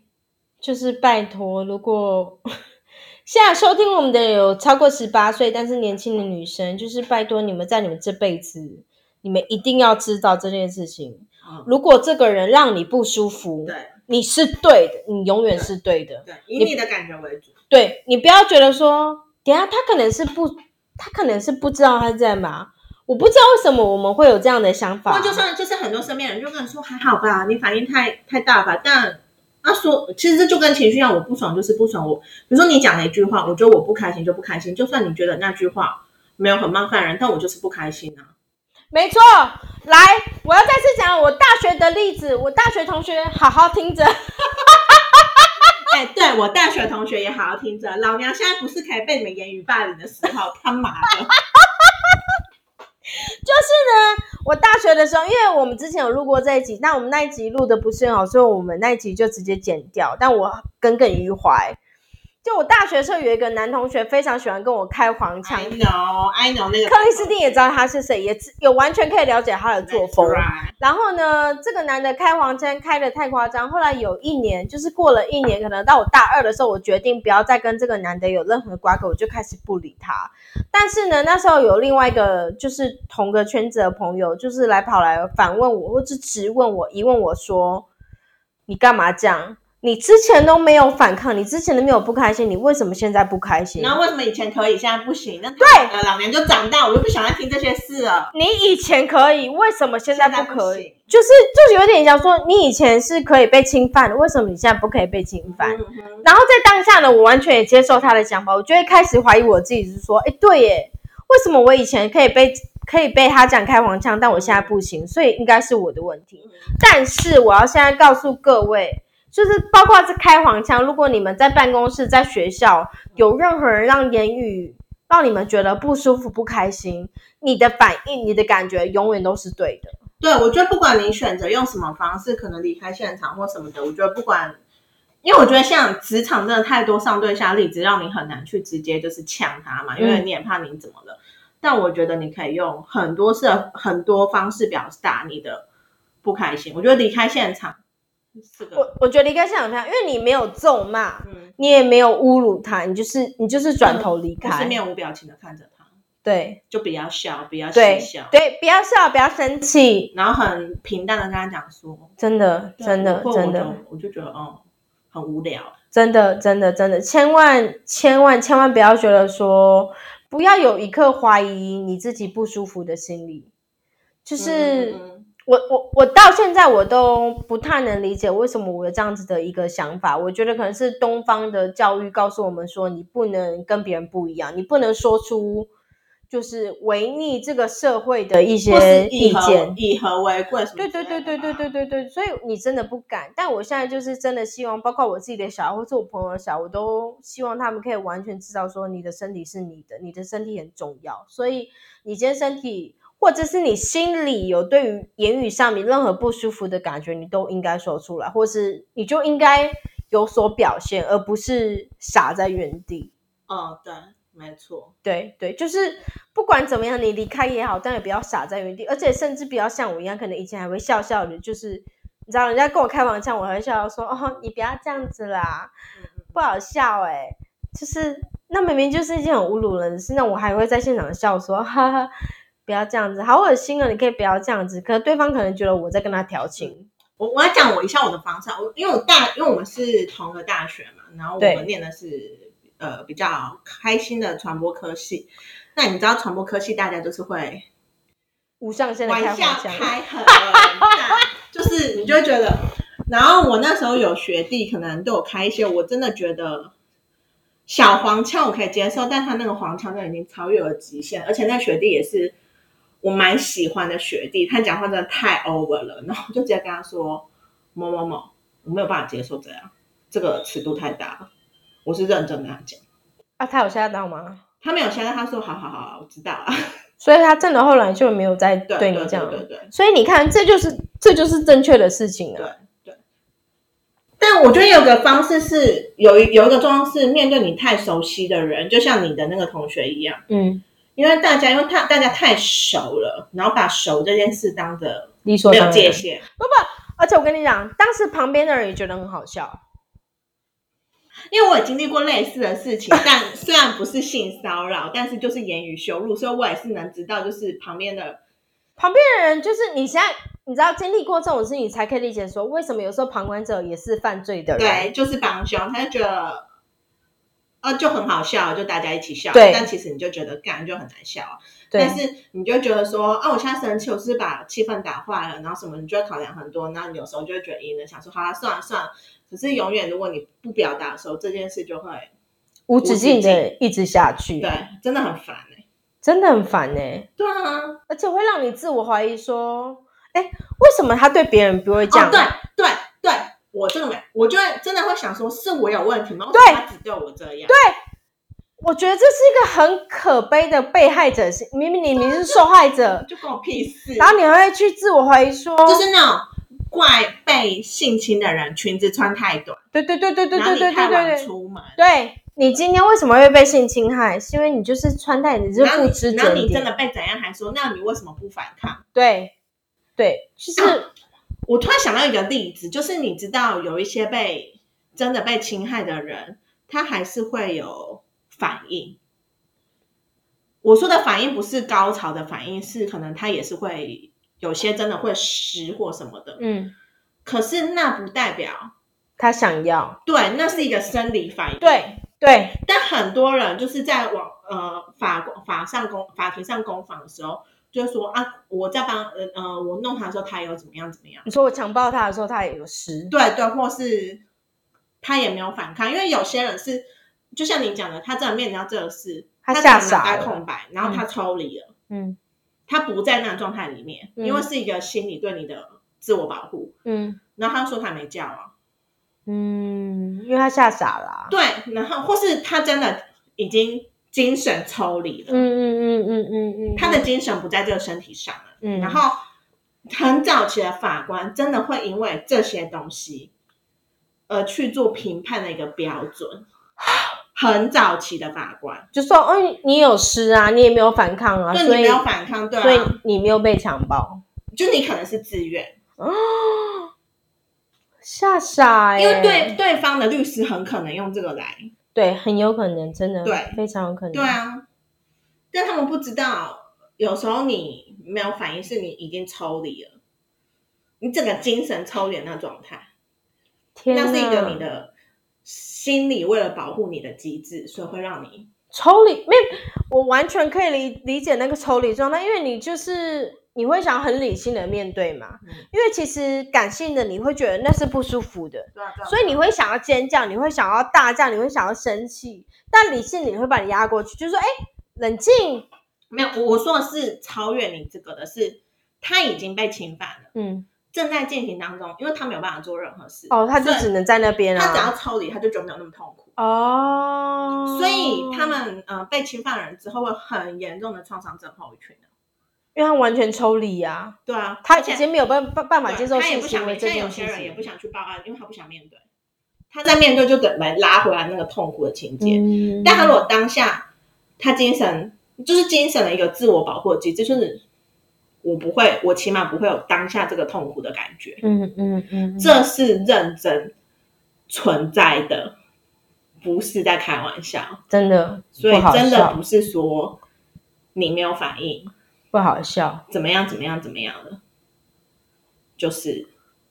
Speaker 1: 就是拜托，如果 现在收听我们的有超过十八岁但是年轻的女生，就是拜托你们在你们这辈子，你们一定要知道这件事情。
Speaker 2: 嗯
Speaker 1: 如果这个人让你不舒服，
Speaker 2: 对
Speaker 1: 你是对的，你永远是对的。
Speaker 2: 对，以你的感觉为主。
Speaker 1: 对你不要觉得说，等一下他可能是不，他可能是不知道他在嘛，我不知道为什么我们会有这样的想法。
Speaker 2: 或就算就是很多身边人就跟你说还好吧，你反应太太大吧，但他说其实这就跟情绪一样，我不爽就是不爽。我比如说你讲了一句话，我觉得我不开心就不开心，就算你觉得那句话没有很冒犯人，但我就是不开心 啊。
Speaker 1: 没错，来，我要再次讲我大学的例子。我大学同学好好听着，
Speaker 2: 哎，对我大学同学也好好听着，老娘现在不是可以被你们言语霸凌的时候，他妈 的！
Speaker 1: 就是呢，我大学的时候，因为我们之前有录过这一集，但我们那一集录的不是很好，所以我们那一集就直接剪掉。但我耿耿于怀，就我大学的时候有一个男同学非常喜欢跟我开黄腔
Speaker 2: I，know, I know 那个
Speaker 1: 克里斯汀也知道他是谁，也知有完全可以了解他的作风。然后呢，这个男的开黄腔开的太夸张，后来有一年，就是过了一年，可能到我大二的时候，我决定不要再跟这个男的有任何瓜葛，我就开始不理他。但是呢，那时候有另外一个就是同个圈子的朋友，就是来跑来反问我，或是质问我、疑问我说：“你干嘛这样？你之前都没有反抗，你之前都没有不开心，你为什么现在不开心？
Speaker 2: 然后为什么以前可以，现在不行？那对，老娘就长大，我就不想再听这些事了。
Speaker 1: 你以前可以，为什么现在
Speaker 2: 现在
Speaker 1: 不可
Speaker 2: 不
Speaker 1: 以
Speaker 2: 行？
Speaker 1: 就是就是有点像说，你以前是可以被侵犯的，为什么你现在不可以被侵犯？
Speaker 2: 嗯哼
Speaker 1: 然后在当下呢，我完全也接受他的想法，我就会开始怀疑我自己，是说，哎，对耶，为什么我以前可以被可以被他讲开黄腔，但我现在不行，所以应该是我的问题。但是我要现在告诉各位，就是包括这开黄腔，如果你们在办公室、在学校有任何人让言语让你们觉得不舒服、不开心，你的反应、你的感觉永远都是对的。
Speaker 2: 对，我觉得不管你选择用什么方式，可能离开现场或什么的，我觉得不管，因为我觉得像职场真的太多上对下例子，让你很难去直接就是呛他嘛，因为
Speaker 1: 嗯
Speaker 2: 你也怕你怎么了。但我觉得你可以用很多事、很多方式表达你的不开心。我觉得离开现场是个，
Speaker 1: 我我觉得离开现场非常，因为你没有咒骂，
Speaker 2: 嗯，
Speaker 1: 你也没有侮辱他，你就是你就是转头离
Speaker 2: 不是
Speaker 1: 开，
Speaker 2: 面无表情的看着他，
Speaker 1: 对
Speaker 2: 就不要笑，不要嬉
Speaker 1: 对
Speaker 2: 笑，
Speaker 1: 对，不要笑，不要生气，
Speaker 2: 然后很平淡的跟他讲说，
Speaker 1: 真的
Speaker 2: 对
Speaker 1: 真的
Speaker 2: 不过我
Speaker 1: 真的。
Speaker 2: 就我就觉得哦，很无聊。
Speaker 1: 真的，真的，真的，千万千万千万不要觉得说，不要有一刻怀疑你自己不舒服的心理。就是、
Speaker 2: 嗯嗯嗯
Speaker 1: 我我我到现在我都不太能理解为什么我有这样子的一个想法。我觉得可能是东方的教育告诉我们说，你不能跟别人不一样，你不能说出就是违逆这个社会的一
Speaker 2: 或
Speaker 1: 些
Speaker 2: 是
Speaker 1: 意
Speaker 2: 以和
Speaker 1: 见。
Speaker 2: 以和为贵什么
Speaker 1: 对对
Speaker 2: 之
Speaker 1: 对对
Speaker 2: 类的
Speaker 1: 对
Speaker 2: 吧
Speaker 1: 对，对对，所以你真的不敢。但我现在就是真的希望，包括我自己的小孩，或是我朋友的小孩，我都希望他们可以完全知道说，你的身体是你的，你的身体很重要。所以你今天身体，或者是你心里有对于言语上面任何不舒服的感觉，你都应该说出来，或是你就应该有所表现，而不是傻在原地。
Speaker 2: 哦对，没错，
Speaker 1: 对对，就是不管怎么样，你离开也好，但也不要傻在原地，而且甚至不要像我一样，可能以前还会笑笑的，就是你知道人家跟我开玩笑，我还会笑笑说：“哦，你不要这样子啦，
Speaker 2: 嗯
Speaker 1: 不好笑哎、就是那明明就是一件很侮辱人的事，那我还会在现场笑说：“哈哈，不要这样子，好恶心哦，你可以不要这样子。”可能对方可能觉得我在跟他调情，
Speaker 2: 我我要讲我一下我的方向，我因为我大因为我们是同个大学嘛，然后我
Speaker 1: 对
Speaker 2: 们念的是呃比较开心的传播科系，那你知道传播科系大家就是会
Speaker 1: 无上限的开
Speaker 2: 玩
Speaker 1: 黄
Speaker 2: 笑
Speaker 1: 腔，
Speaker 2: 开 很大，就是你就会觉得。然后我那时候有学弟，可能对我开一些，我真的觉得小黄腔我可以接受，但他那个黄腔就已经超越了极限，而且那学弟也是我蛮喜欢的学弟，他讲话真的太 over 了，然后我就直接跟他说某某某，我没有办法接受这样，这个尺度太大了，我是认真跟他讲，
Speaker 1: 啊，他有吓到吗？
Speaker 2: 他没有现在他说好好好，我知道啊，
Speaker 1: 所以他真的后来就没有再
Speaker 2: 对
Speaker 1: 对你
Speaker 2: 对
Speaker 1: 这样。
Speaker 2: 对对对。
Speaker 1: 所以你看，这就是这就是正确的事情啊。
Speaker 2: 但我觉得有个方式是有一有一个状况是面对你太熟悉的人，就像你的那个同学一样，
Speaker 1: 嗯，
Speaker 2: 因为大家因为他大家太熟了，然后把熟这件事当的
Speaker 1: 理所
Speaker 2: 没
Speaker 1: 当
Speaker 2: 有
Speaker 1: 然。
Speaker 2: 界限。
Speaker 1: 而且我跟你讲，当时旁边的人也觉得很好笑。
Speaker 2: 因为我也经历过类似的事情，但虽然不是性骚扰，但是就是言语羞辱，所以我也是能知道，就是旁边的
Speaker 1: 旁边的人就是你现在，你知道经历过这种事情，你才可以理解说为什么有时候旁观者也是犯罪的人。
Speaker 2: 对就是帮凶，他就觉得。呃，就很好笑，就大家一起笑。
Speaker 1: 对
Speaker 2: 但其实你就觉得干就很难笑啊。
Speaker 1: 对
Speaker 2: 但是你就觉得说，啊，我现在生气，我是不是把气氛打坏了，然后什么，你就会考量很多，然后你有时候就会觉得赢了，想说，好啦，算了算了。可是永远如果你不表达的时候，这件事就会
Speaker 1: 无止境
Speaker 2: 无止
Speaker 1: 的一直下去，
Speaker 2: 对，真的很烦哎、
Speaker 1: 真的很烦呢、
Speaker 2: 对啊，
Speaker 1: 而且会让你自我怀疑说，哎，为什么他对别人不会这样？
Speaker 2: 哦，对对对，我这个没，我就会真的会想说，是我有问题吗？
Speaker 1: 对
Speaker 2: 为什么他只对我这样，对，
Speaker 1: 我觉得这是一个很可悲的被害者，是明明你
Speaker 2: 啊
Speaker 1: 你是受害者，
Speaker 2: 就关我屁事。
Speaker 1: 然后你还会去自我怀疑说，
Speaker 2: 就是那种怪被性侵的人，裙子穿太短，
Speaker 1: 对对对对对对对
Speaker 2: 然后
Speaker 1: 对
Speaker 2: 你太
Speaker 1: 对
Speaker 2: 晚
Speaker 1: 对。
Speaker 2: 出门，
Speaker 1: 对你今天为什么会被性侵害？是因为你就是穿戴，你是
Speaker 2: 然后
Speaker 1: 不知
Speaker 2: 你然
Speaker 1: 者
Speaker 2: 后你
Speaker 1: 也
Speaker 2: 真的被怎样，还说，那你为什么不反抗？
Speaker 1: 对对，就是、
Speaker 2: 啊我突然想到一个例子，就是你知道有一些被真的被侵害的人，他还是会有反应。我说的反应不是高潮的反应，是可能他也是会有些真的会湿或什么的。
Speaker 1: 嗯，
Speaker 2: 可是那不代表
Speaker 1: 他想要，
Speaker 2: 对，那是一个生理反应。，
Speaker 1: 对对，
Speaker 2: 但很多人就是在网呃法官法上公法庭上公访的时候，就说啊，我在帮呃呃我弄他的时候，他有怎么样怎么样。
Speaker 1: 你说我强暴他的时候，他也有湿，
Speaker 2: 对对，或是他也没有反抗，因为有些人是就像你讲的，他真的面临到这个事，
Speaker 1: 他
Speaker 2: 整
Speaker 1: 吓
Speaker 2: 个
Speaker 1: 傻
Speaker 2: 脑袋
Speaker 1: 了
Speaker 2: 空白，然后他抽离了，
Speaker 1: 嗯
Speaker 2: 他不在那个状态里面，因为
Speaker 1: 嗯
Speaker 2: 是一个心理对你的自我保护。
Speaker 1: 嗯
Speaker 2: 然后他说他没叫啊，
Speaker 1: 嗯，因为他吓傻了啊、
Speaker 2: 对，然后或是他真的已经精神抽离了，
Speaker 1: 嗯嗯嗯嗯嗯嗯，
Speaker 2: 他的精神不在这个身体上了。
Speaker 1: 嗯，
Speaker 2: 然后很早期的法官真的会因为这些东西，而去做评判的一个标准。很早期的法官，
Speaker 1: 就说，嗯、你有湿啊，你也没有反抗啊，
Speaker 2: 对
Speaker 1: 所
Speaker 2: 你
Speaker 1: 以
Speaker 2: 没有反抗，对
Speaker 1: 所以
Speaker 2: 啊，
Speaker 1: 你没有被强暴
Speaker 2: 就你可能是自愿，
Speaker 1: 啊，吓傻欸，
Speaker 2: 因为对对方的律师很可能用这个来，
Speaker 1: 对，很有可能，真的
Speaker 2: 对
Speaker 1: 非常有可能，
Speaker 2: 对啊，但他们不知道，有时候你没有反应，是你已经抽离了，你整个精神抽离的那状态，
Speaker 1: 天
Speaker 2: 那是一个
Speaker 1: 哪
Speaker 2: 你的心理为了保护你的机制，所以会让你
Speaker 1: 抽离，没有，我完全可以理理解那个抽离状态，因为你就是你会想很理性的面对嘛，
Speaker 2: 嗯
Speaker 1: 因为其实感性的你会觉得那是不舒服的，
Speaker 2: 对啊对
Speaker 1: 所以你会想要尖叫，你会想要大叫，你会想要生气，但理性你会把你压过去，就是说，哎，冷静，
Speaker 2: 没有，我我说的是超越你这个的是，他已经被侵犯了，
Speaker 1: 嗯，
Speaker 2: 正在进行当中，因为他没有办法做任何事，
Speaker 1: 哦，他就
Speaker 2: 对
Speaker 1: 只能在那边
Speaker 2: 他只
Speaker 1: 啊，
Speaker 2: 要抽离，他就觉得没有那么痛苦。
Speaker 1: 哦，
Speaker 2: 所以他，们呃被侵犯人之后会很严重的创伤症候群的
Speaker 1: 因为他完全抽离啊，
Speaker 2: 对啊，
Speaker 1: 他
Speaker 2: 而
Speaker 1: 已
Speaker 2: 且
Speaker 1: 经没有办办办法
Speaker 2: 对
Speaker 1: 接受
Speaker 2: 他也
Speaker 1: 性
Speaker 2: 不想
Speaker 1: 行为
Speaker 2: 面，
Speaker 1: 这
Speaker 2: 像有
Speaker 1: 件
Speaker 2: 些
Speaker 1: 事
Speaker 2: 人也不
Speaker 1: 情，
Speaker 2: 想去报案，因为他不想面对，他在面对就等来拉回来那个痛苦的情节。
Speaker 1: 嗯
Speaker 2: 但他如果当下他精神就是精神的一个自我保护的机制，就是我不会，我起码不会有当下这个痛苦的感觉，
Speaker 1: 嗯嗯嗯，
Speaker 2: 这是认真存在的，不是在开玩笑，
Speaker 1: 真的，
Speaker 2: 所以
Speaker 1: 不好
Speaker 2: 真的
Speaker 1: 笑
Speaker 2: 不是说你没有反应
Speaker 1: 不好笑。
Speaker 2: 怎么样怎么样怎么样的，就是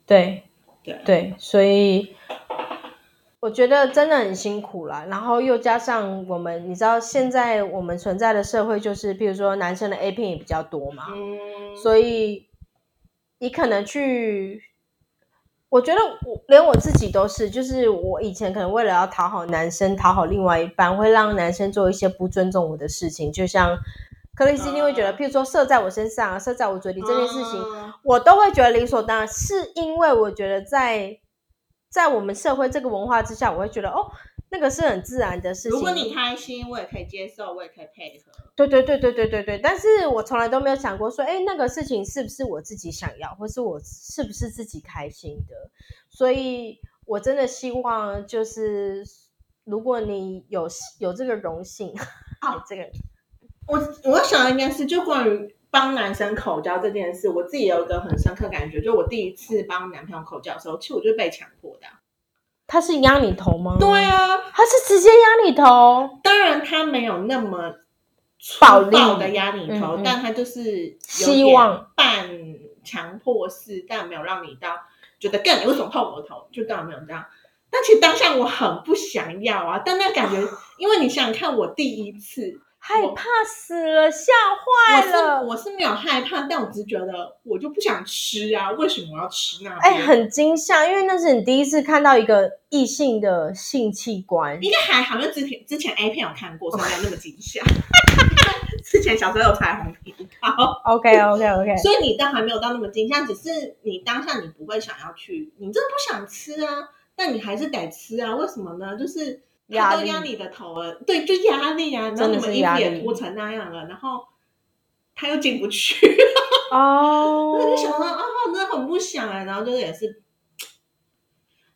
Speaker 1: 对
Speaker 2: 对啊
Speaker 1: 对，所以我觉得真的很辛苦啦。然后又加上我们，你知道现在我们存在的社会就是，譬如说男生的 A 片也比较多嘛，
Speaker 2: 嗯
Speaker 1: 所以你可能去，我觉得我连我自己都是，就是我以前可能为了要讨好男生，讨好另外一半，会让男生做一些不尊重我的事情，就像克里斯汀会觉得，
Speaker 2: 嗯
Speaker 1: 譬如说射在我身上啊，射在我嘴里这件事情。
Speaker 2: 嗯
Speaker 1: 我都会觉得理所当然，是因为我觉得在在我们社会这个文化之下，我会觉得哦，那个是很自然的事情。
Speaker 2: 如果你开心，我也可以接受，我也可以配合。
Speaker 1: 对对对对对对对，但是我从来都没有想过说，哎，那个事情是不是我自己想要，或是我是不是自己开心的？所以我真的希望就是，如果你有有这个荣幸，
Speaker 2: 哦
Speaker 1: 这个
Speaker 2: 我我想的应该是就关于帮男生口交这件事，我自己有一个很深刻感觉，就我第一次帮男朋友口交的时候，其实我就是被强迫的啊。
Speaker 1: 他是压你头吗？
Speaker 2: 对，啊，
Speaker 1: 他是直接压你头，
Speaker 2: 当然他没有那么粗
Speaker 1: 暴力
Speaker 2: 暴的压你头，
Speaker 1: 嗯嗯
Speaker 2: 但他就是有
Speaker 1: 希望
Speaker 2: 点半强迫式，但没有让你到觉得更你为什么碰我头，就当然没有这样。但其实当下我很不想要啊，但那 感觉，因为你想想看，我第一次。
Speaker 1: 害怕死了，吓坏了。
Speaker 2: 我是我是没有害怕，但我只是觉得我就不想吃啊，为什么我要吃那边？
Speaker 1: 哎、很惊吓，因为那是你第一次看到一个异性的性器官。
Speaker 2: 应该还好，因为之前之前 A 片有看过，所以没有那么惊吓。 之前小时候有彩虹频道，
Speaker 1: OK OK OK，
Speaker 2: 所以你倒还没有到那么惊吓，只是你当下你不会想要去，你真的不想吃啊，但你还是得吃啊，为什么呢？就是
Speaker 1: 压
Speaker 2: 他都
Speaker 1: 力
Speaker 2: 压你的头了，对，就压力啊，然后
Speaker 1: 真的
Speaker 2: 你
Speaker 1: 是
Speaker 2: 们衣
Speaker 1: 压
Speaker 2: 服
Speaker 1: 力
Speaker 2: 也脱成那样了，然后他又进不去。
Speaker 1: 哦
Speaker 2: 我就想说啊，那很不想啊，然后就是也是，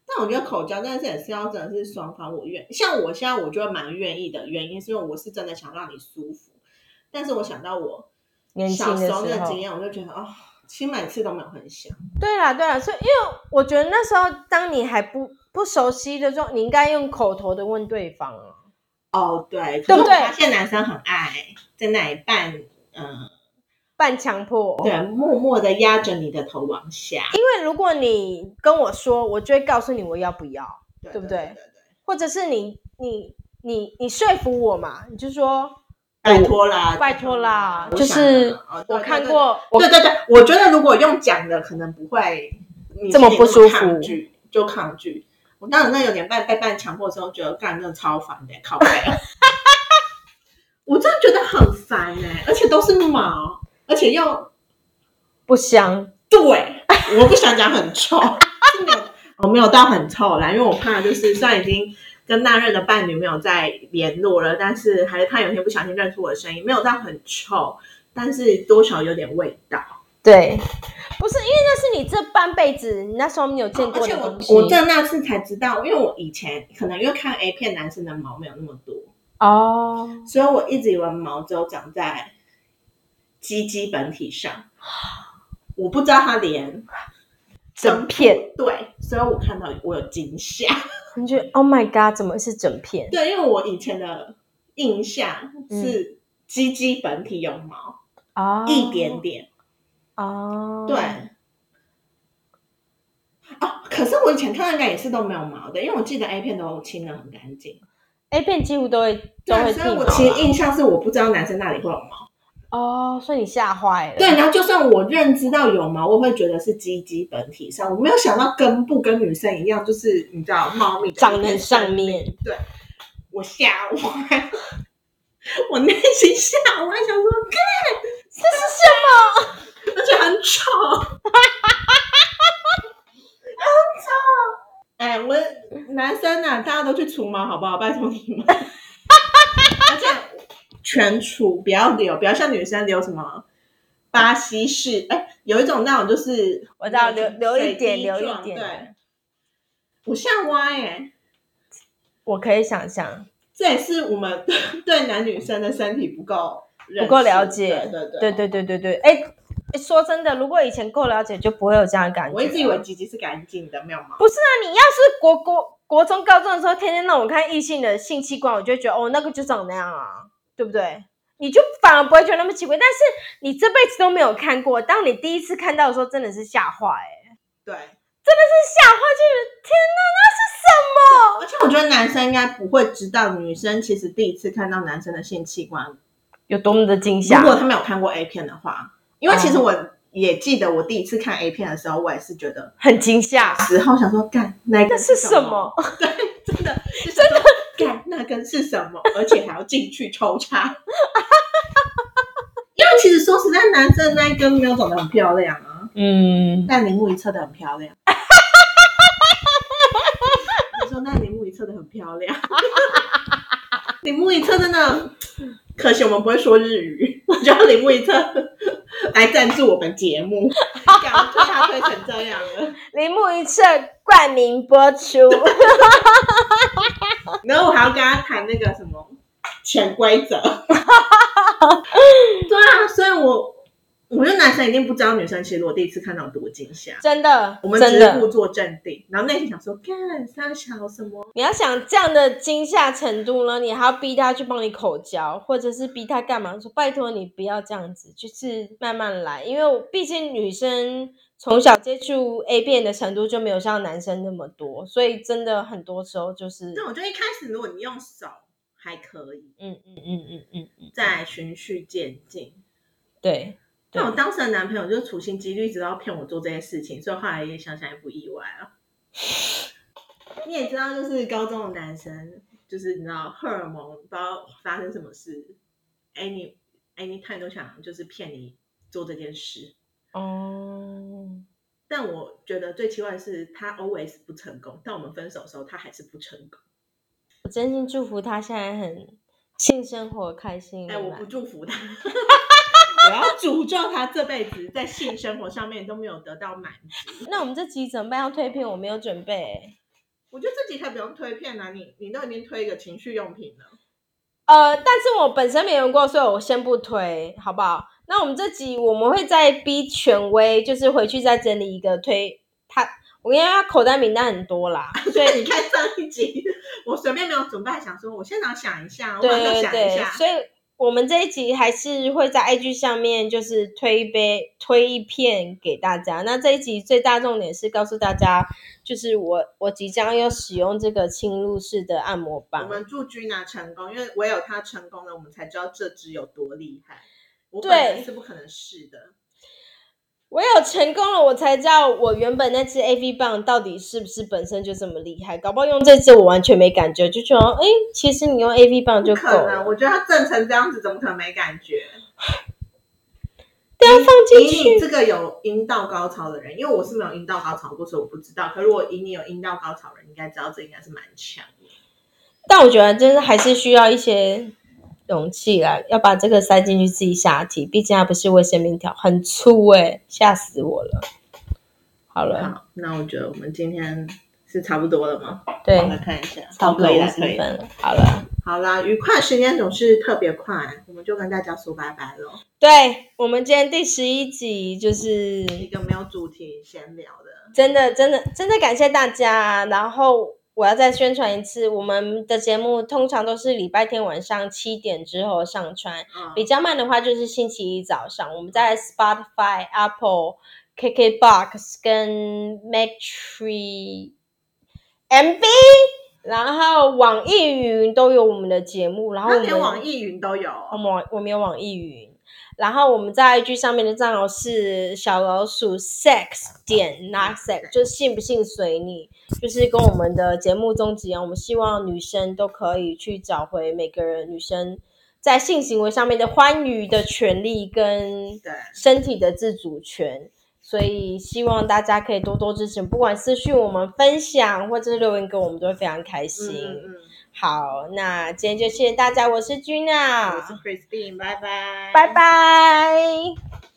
Speaker 2: 但我觉得口交这件事也是要真的是双方我愿，像我现在我觉得蛮愿意的原因是因为我是真的想让你舒服，但是我想到我
Speaker 1: 年轻
Speaker 2: 小
Speaker 1: 的
Speaker 2: 时
Speaker 1: 时
Speaker 2: 候的
Speaker 1: 候
Speaker 2: 经验，我就觉得哦，其实每次都没有很想，
Speaker 1: 对啦对啦，所以因为我觉得那时候当你还不不熟悉的时候，你应该用口头的问对方啊。
Speaker 2: 哦对，
Speaker 1: 对不
Speaker 2: 可是我
Speaker 1: 对
Speaker 2: 发现男生很爱在那里办，嗯、
Speaker 1: 半强迫。
Speaker 2: 对，默默的压着你的头往下，
Speaker 1: 因为如果你跟我说，我就会告诉你我要不要，对不
Speaker 2: 对不
Speaker 1: 对
Speaker 2: 对？
Speaker 1: 或者是你你你你说服我嘛，你就说
Speaker 2: 拜托啦，
Speaker 1: 拜托啦
Speaker 2: 我
Speaker 1: 就
Speaker 2: 想
Speaker 1: 是
Speaker 2: 啊哦对
Speaker 1: 我
Speaker 2: 对
Speaker 1: 看
Speaker 2: 对
Speaker 1: 过，我
Speaker 2: 对对对，我觉得如果用讲的，可能不会你
Speaker 1: 这么不舒服
Speaker 2: 抗拒就抗拒。我当时那有点半被半强迫之后，觉得干真的超烦的， 靠背。哦我真的觉得很烦哎、而且都是毛，而且又
Speaker 1: 不香。
Speaker 2: 对，我不想讲很臭， 是没有，我没有到很臭啦，因为我怕就是虽然已经跟那任的伴侣没有再联络了，但是还是怕有一天不小心认出我的声音，没有到很臭，但是多少有点味道。
Speaker 1: 对，不是因为那是你这半辈子，你那时候没有见
Speaker 2: 哦而
Speaker 1: 过
Speaker 2: 且
Speaker 1: 的
Speaker 2: 我
Speaker 1: 东西。
Speaker 2: 我在那次才知道，因为我以前可能因为看 A 片，男生的毛没有那么多，
Speaker 1: 哦，
Speaker 2: 所以我一直以为毛只有长在鸡鸡本体上，我不知道它连
Speaker 1: 整片，
Speaker 2: 对，所以我看到我有惊吓。
Speaker 1: 你觉得 Oh my God，怎么是整片？
Speaker 2: 对，因为我以前的印象是鸡鸡本体有毛、
Speaker 1: 嗯哦，
Speaker 2: 一点点，
Speaker 1: 哦，
Speaker 2: 对。哦，可是我以前看到应该也是都没有毛的，因为我记得 A 片都清的很干净。
Speaker 1: ，A 片几乎都会都
Speaker 2: 对，
Speaker 1: 会
Speaker 2: 所以我
Speaker 1: 剃毛
Speaker 2: 其
Speaker 1: 啊
Speaker 2: 实印象是我不知道男生那里会有毛。
Speaker 1: 哦，所以你吓坏了。
Speaker 2: 对，，然后就算我认知到有毛，我会觉得是鸡鸡本体上，我没有想到根部跟女生一样，就是你知道猫咪的
Speaker 1: 长得很上面。
Speaker 2: 对，我 吓坏，我内心吓坏，我还想说，
Speaker 1: 这是什么？
Speaker 2: 干 而且很 丑，很丑。哎，我男生呐、大家都去除毛好不好？拜托 你们，而且全除，不要留，不要像女生留什么巴西式，哎，有一种那种就是
Speaker 1: 我知道
Speaker 2: 那种
Speaker 1: 留留一点
Speaker 2: 水滴状
Speaker 1: 留一点
Speaker 2: 对，我吓歪哎，
Speaker 1: 我可以想象，
Speaker 2: 这也是我们 对男女生的身体不够认识
Speaker 1: 不够了解。
Speaker 2: 对
Speaker 1: 对
Speaker 2: 对
Speaker 1: 对对对对，哎，哎说真的，如果以前够了解，就不会有这样的感觉。
Speaker 2: 我一直以为鸡鸡是干净的，没有毛。
Speaker 1: 不是啊，你要是国国国中、高中的时候，天天让我看异性的性器官，我就会觉得哦，那个就长那样啊，对不对？你就反而不会觉得那么奇怪。但是你这辈子都没有看过，当你第一次看到的时候，真的是吓坏、欸，
Speaker 2: 对，
Speaker 1: 真的是吓坏，就是天哪，那是什么？
Speaker 2: 而且我觉得男生应该不会知道，女生其实第一次看到男生的性器官，
Speaker 1: 有多么的惊
Speaker 2: 如
Speaker 1: 吓？
Speaker 2: 果他没有看过 A 片的话，因为其实
Speaker 1: 哦
Speaker 2: 我也记得我第一次看 A 片的时候，我也是觉得
Speaker 1: 很惊吓，
Speaker 2: 时候想说，干那个
Speaker 1: 那是
Speaker 2: 什
Speaker 1: 什么？？
Speaker 2: 真的真的干那根是什么？而且还要进去抽插。 因为其实说实在，男生那一根没有长得很漂亮啊，
Speaker 1: 嗯，
Speaker 2: 但铃木一侧的很 漂亮。我说那铃木一侧的很漂亮， 铃木一侧真的，可惜我们不会说日语。我觉得铃木一侧来赞助我们节目，搞推他推成这样了。
Speaker 1: 铃木一彻冠名播 出，
Speaker 2: 然后我还要跟他谈那个什么潜规则。 对啊，所以我我觉得男生一定不知道女生其实我第一次看到有多惊吓。
Speaker 1: 真的，
Speaker 2: 我们
Speaker 1: 真
Speaker 2: 只是
Speaker 1: 的
Speaker 2: 故，作镇定，然后内心想说，干三小什么？
Speaker 1: 你要想这样的惊吓程度呢，你还要逼他去帮你口交，或者是逼他干嘛？说拜托你不要这样子，就是慢慢来，因为我毕竟女生从小接触 A 片的程度就没有像男生那么多，所以真的很多时候就是，
Speaker 2: 但我觉得一开始如果你用手还可以，
Speaker 1: 嗯嗯嗯嗯嗯嗯，
Speaker 2: 再循序渐进。
Speaker 1: 对，对
Speaker 2: 但我当时的男朋友就是处心积虑，直到骗我做这些事情，所以后来也想想也不意外啊。你也知道，就是高中的男生，就是你知道荷尔蒙不知道发生什么事，any 哎 anytime 都想就是骗你做这件事。
Speaker 1: 哦，
Speaker 2: 但我觉得最奇怪的是，他 always 不成功。但我们分手的时候，他还是不成功。
Speaker 1: 我真心祝福他现在很性生活开心。
Speaker 2: 哎，
Speaker 1: 美
Speaker 2: 我
Speaker 1: 满
Speaker 2: 不祝 福他，我要诅咒他这辈子在性生活上面都没有得到满足。
Speaker 1: 那我们这集怎么办？要推片我没有准备欸、
Speaker 2: 我觉得这集可以不用推片啊，你你都已经推一个情趣用品了。
Speaker 1: 呃，但是我本身没用过，所以我先不推，好不好？那我们这集我们会再逼权威，就是回去再整理一个推他。我跟你讲，他口袋名单很多啦，所
Speaker 2: 对，
Speaker 1: 以
Speaker 2: 你看上一集，我随便没有准备，想说我现场想一下，我马
Speaker 1: 对对
Speaker 2: 上想一
Speaker 1: 对，
Speaker 2: 下。
Speaker 1: 所以我们这一集还是会在 IG 上面就是推一杯推一片给大家。那这一集最大重点是告诉大家，就是我我即将要使用这个侵入式的按摩
Speaker 2: 我
Speaker 1: 棒。
Speaker 2: 们祝君拿成功，因为唯有他成功了，我们才知道这只有多厉害。我本
Speaker 1: 对
Speaker 2: 人是不可能试的，
Speaker 1: 我有成功了，我才知道我原本那支 AV 棒到底是不是本身就这么厉害。搞不好用这支我完全没感觉，就觉得哎，诶其实你用 AV 棒就
Speaker 2: 不
Speaker 1: 够
Speaker 2: 可能。
Speaker 1: 了。
Speaker 2: 我觉得他震成这样子，怎么可能没感觉？
Speaker 1: 对啊，放进
Speaker 2: 以你
Speaker 1: 去。
Speaker 2: 这个有阴道高潮的人，因为我是没有阴道高潮过，所以我不知道。可如果以你有阴道高潮的人，应该知道这应该是蛮强的。
Speaker 1: 但我觉得真的还是需要一些勇气啦，要把这个塞进去自己下体，毕竟它不是卫生棉条，很粗哎、吓死我了。好了，
Speaker 2: 好，那我觉得我们今天是差不多了吗？
Speaker 1: 对
Speaker 2: 我，来看一下，
Speaker 1: 超过
Speaker 2: 可以
Speaker 1: 五
Speaker 2: 了，
Speaker 1: 十
Speaker 2: 可以了。
Speaker 1: 分了。好了，
Speaker 2: 好啦，愉快时间总是特别快，我们就跟大家说拜拜喽。
Speaker 1: 对我们今天第十一集就是
Speaker 2: 一个没有主题闲聊的，
Speaker 1: 真的真的真的感谢大家，啊然后。我要再宣传一次，我们的节目通常都是礼拜天晚上七点之后上传，
Speaker 2: 嗯，
Speaker 1: 比较慢的话就是星期一早上，我们在 Spotify、Apple、KKBox 跟 Matree MB，然后网易云都有我们的节目，然后
Speaker 2: 那
Speaker 1: 我们
Speaker 2: 连网易云都有。
Speaker 1: 我们网我们有网易云，然后我们在 IG 上面的账号是小老鼠 sex 点 not sex，就信不信随你，就是跟我们的节目宗旨一样，我们希望女生都可以去找回每个人女生在性行为上面的欢愉的权利跟
Speaker 2: 对，
Speaker 1: 身体的自主权。所以希望大家可以多多支持，不管私讯我们分享，或者是留言给我们，都会非常开心。
Speaker 2: 嗯嗯嗯，
Speaker 1: 好，那今天就谢谢大家，我是君
Speaker 2: 我是
Speaker 1: 娜，
Speaker 2: Christine，拜拜，
Speaker 1: 拜。拜。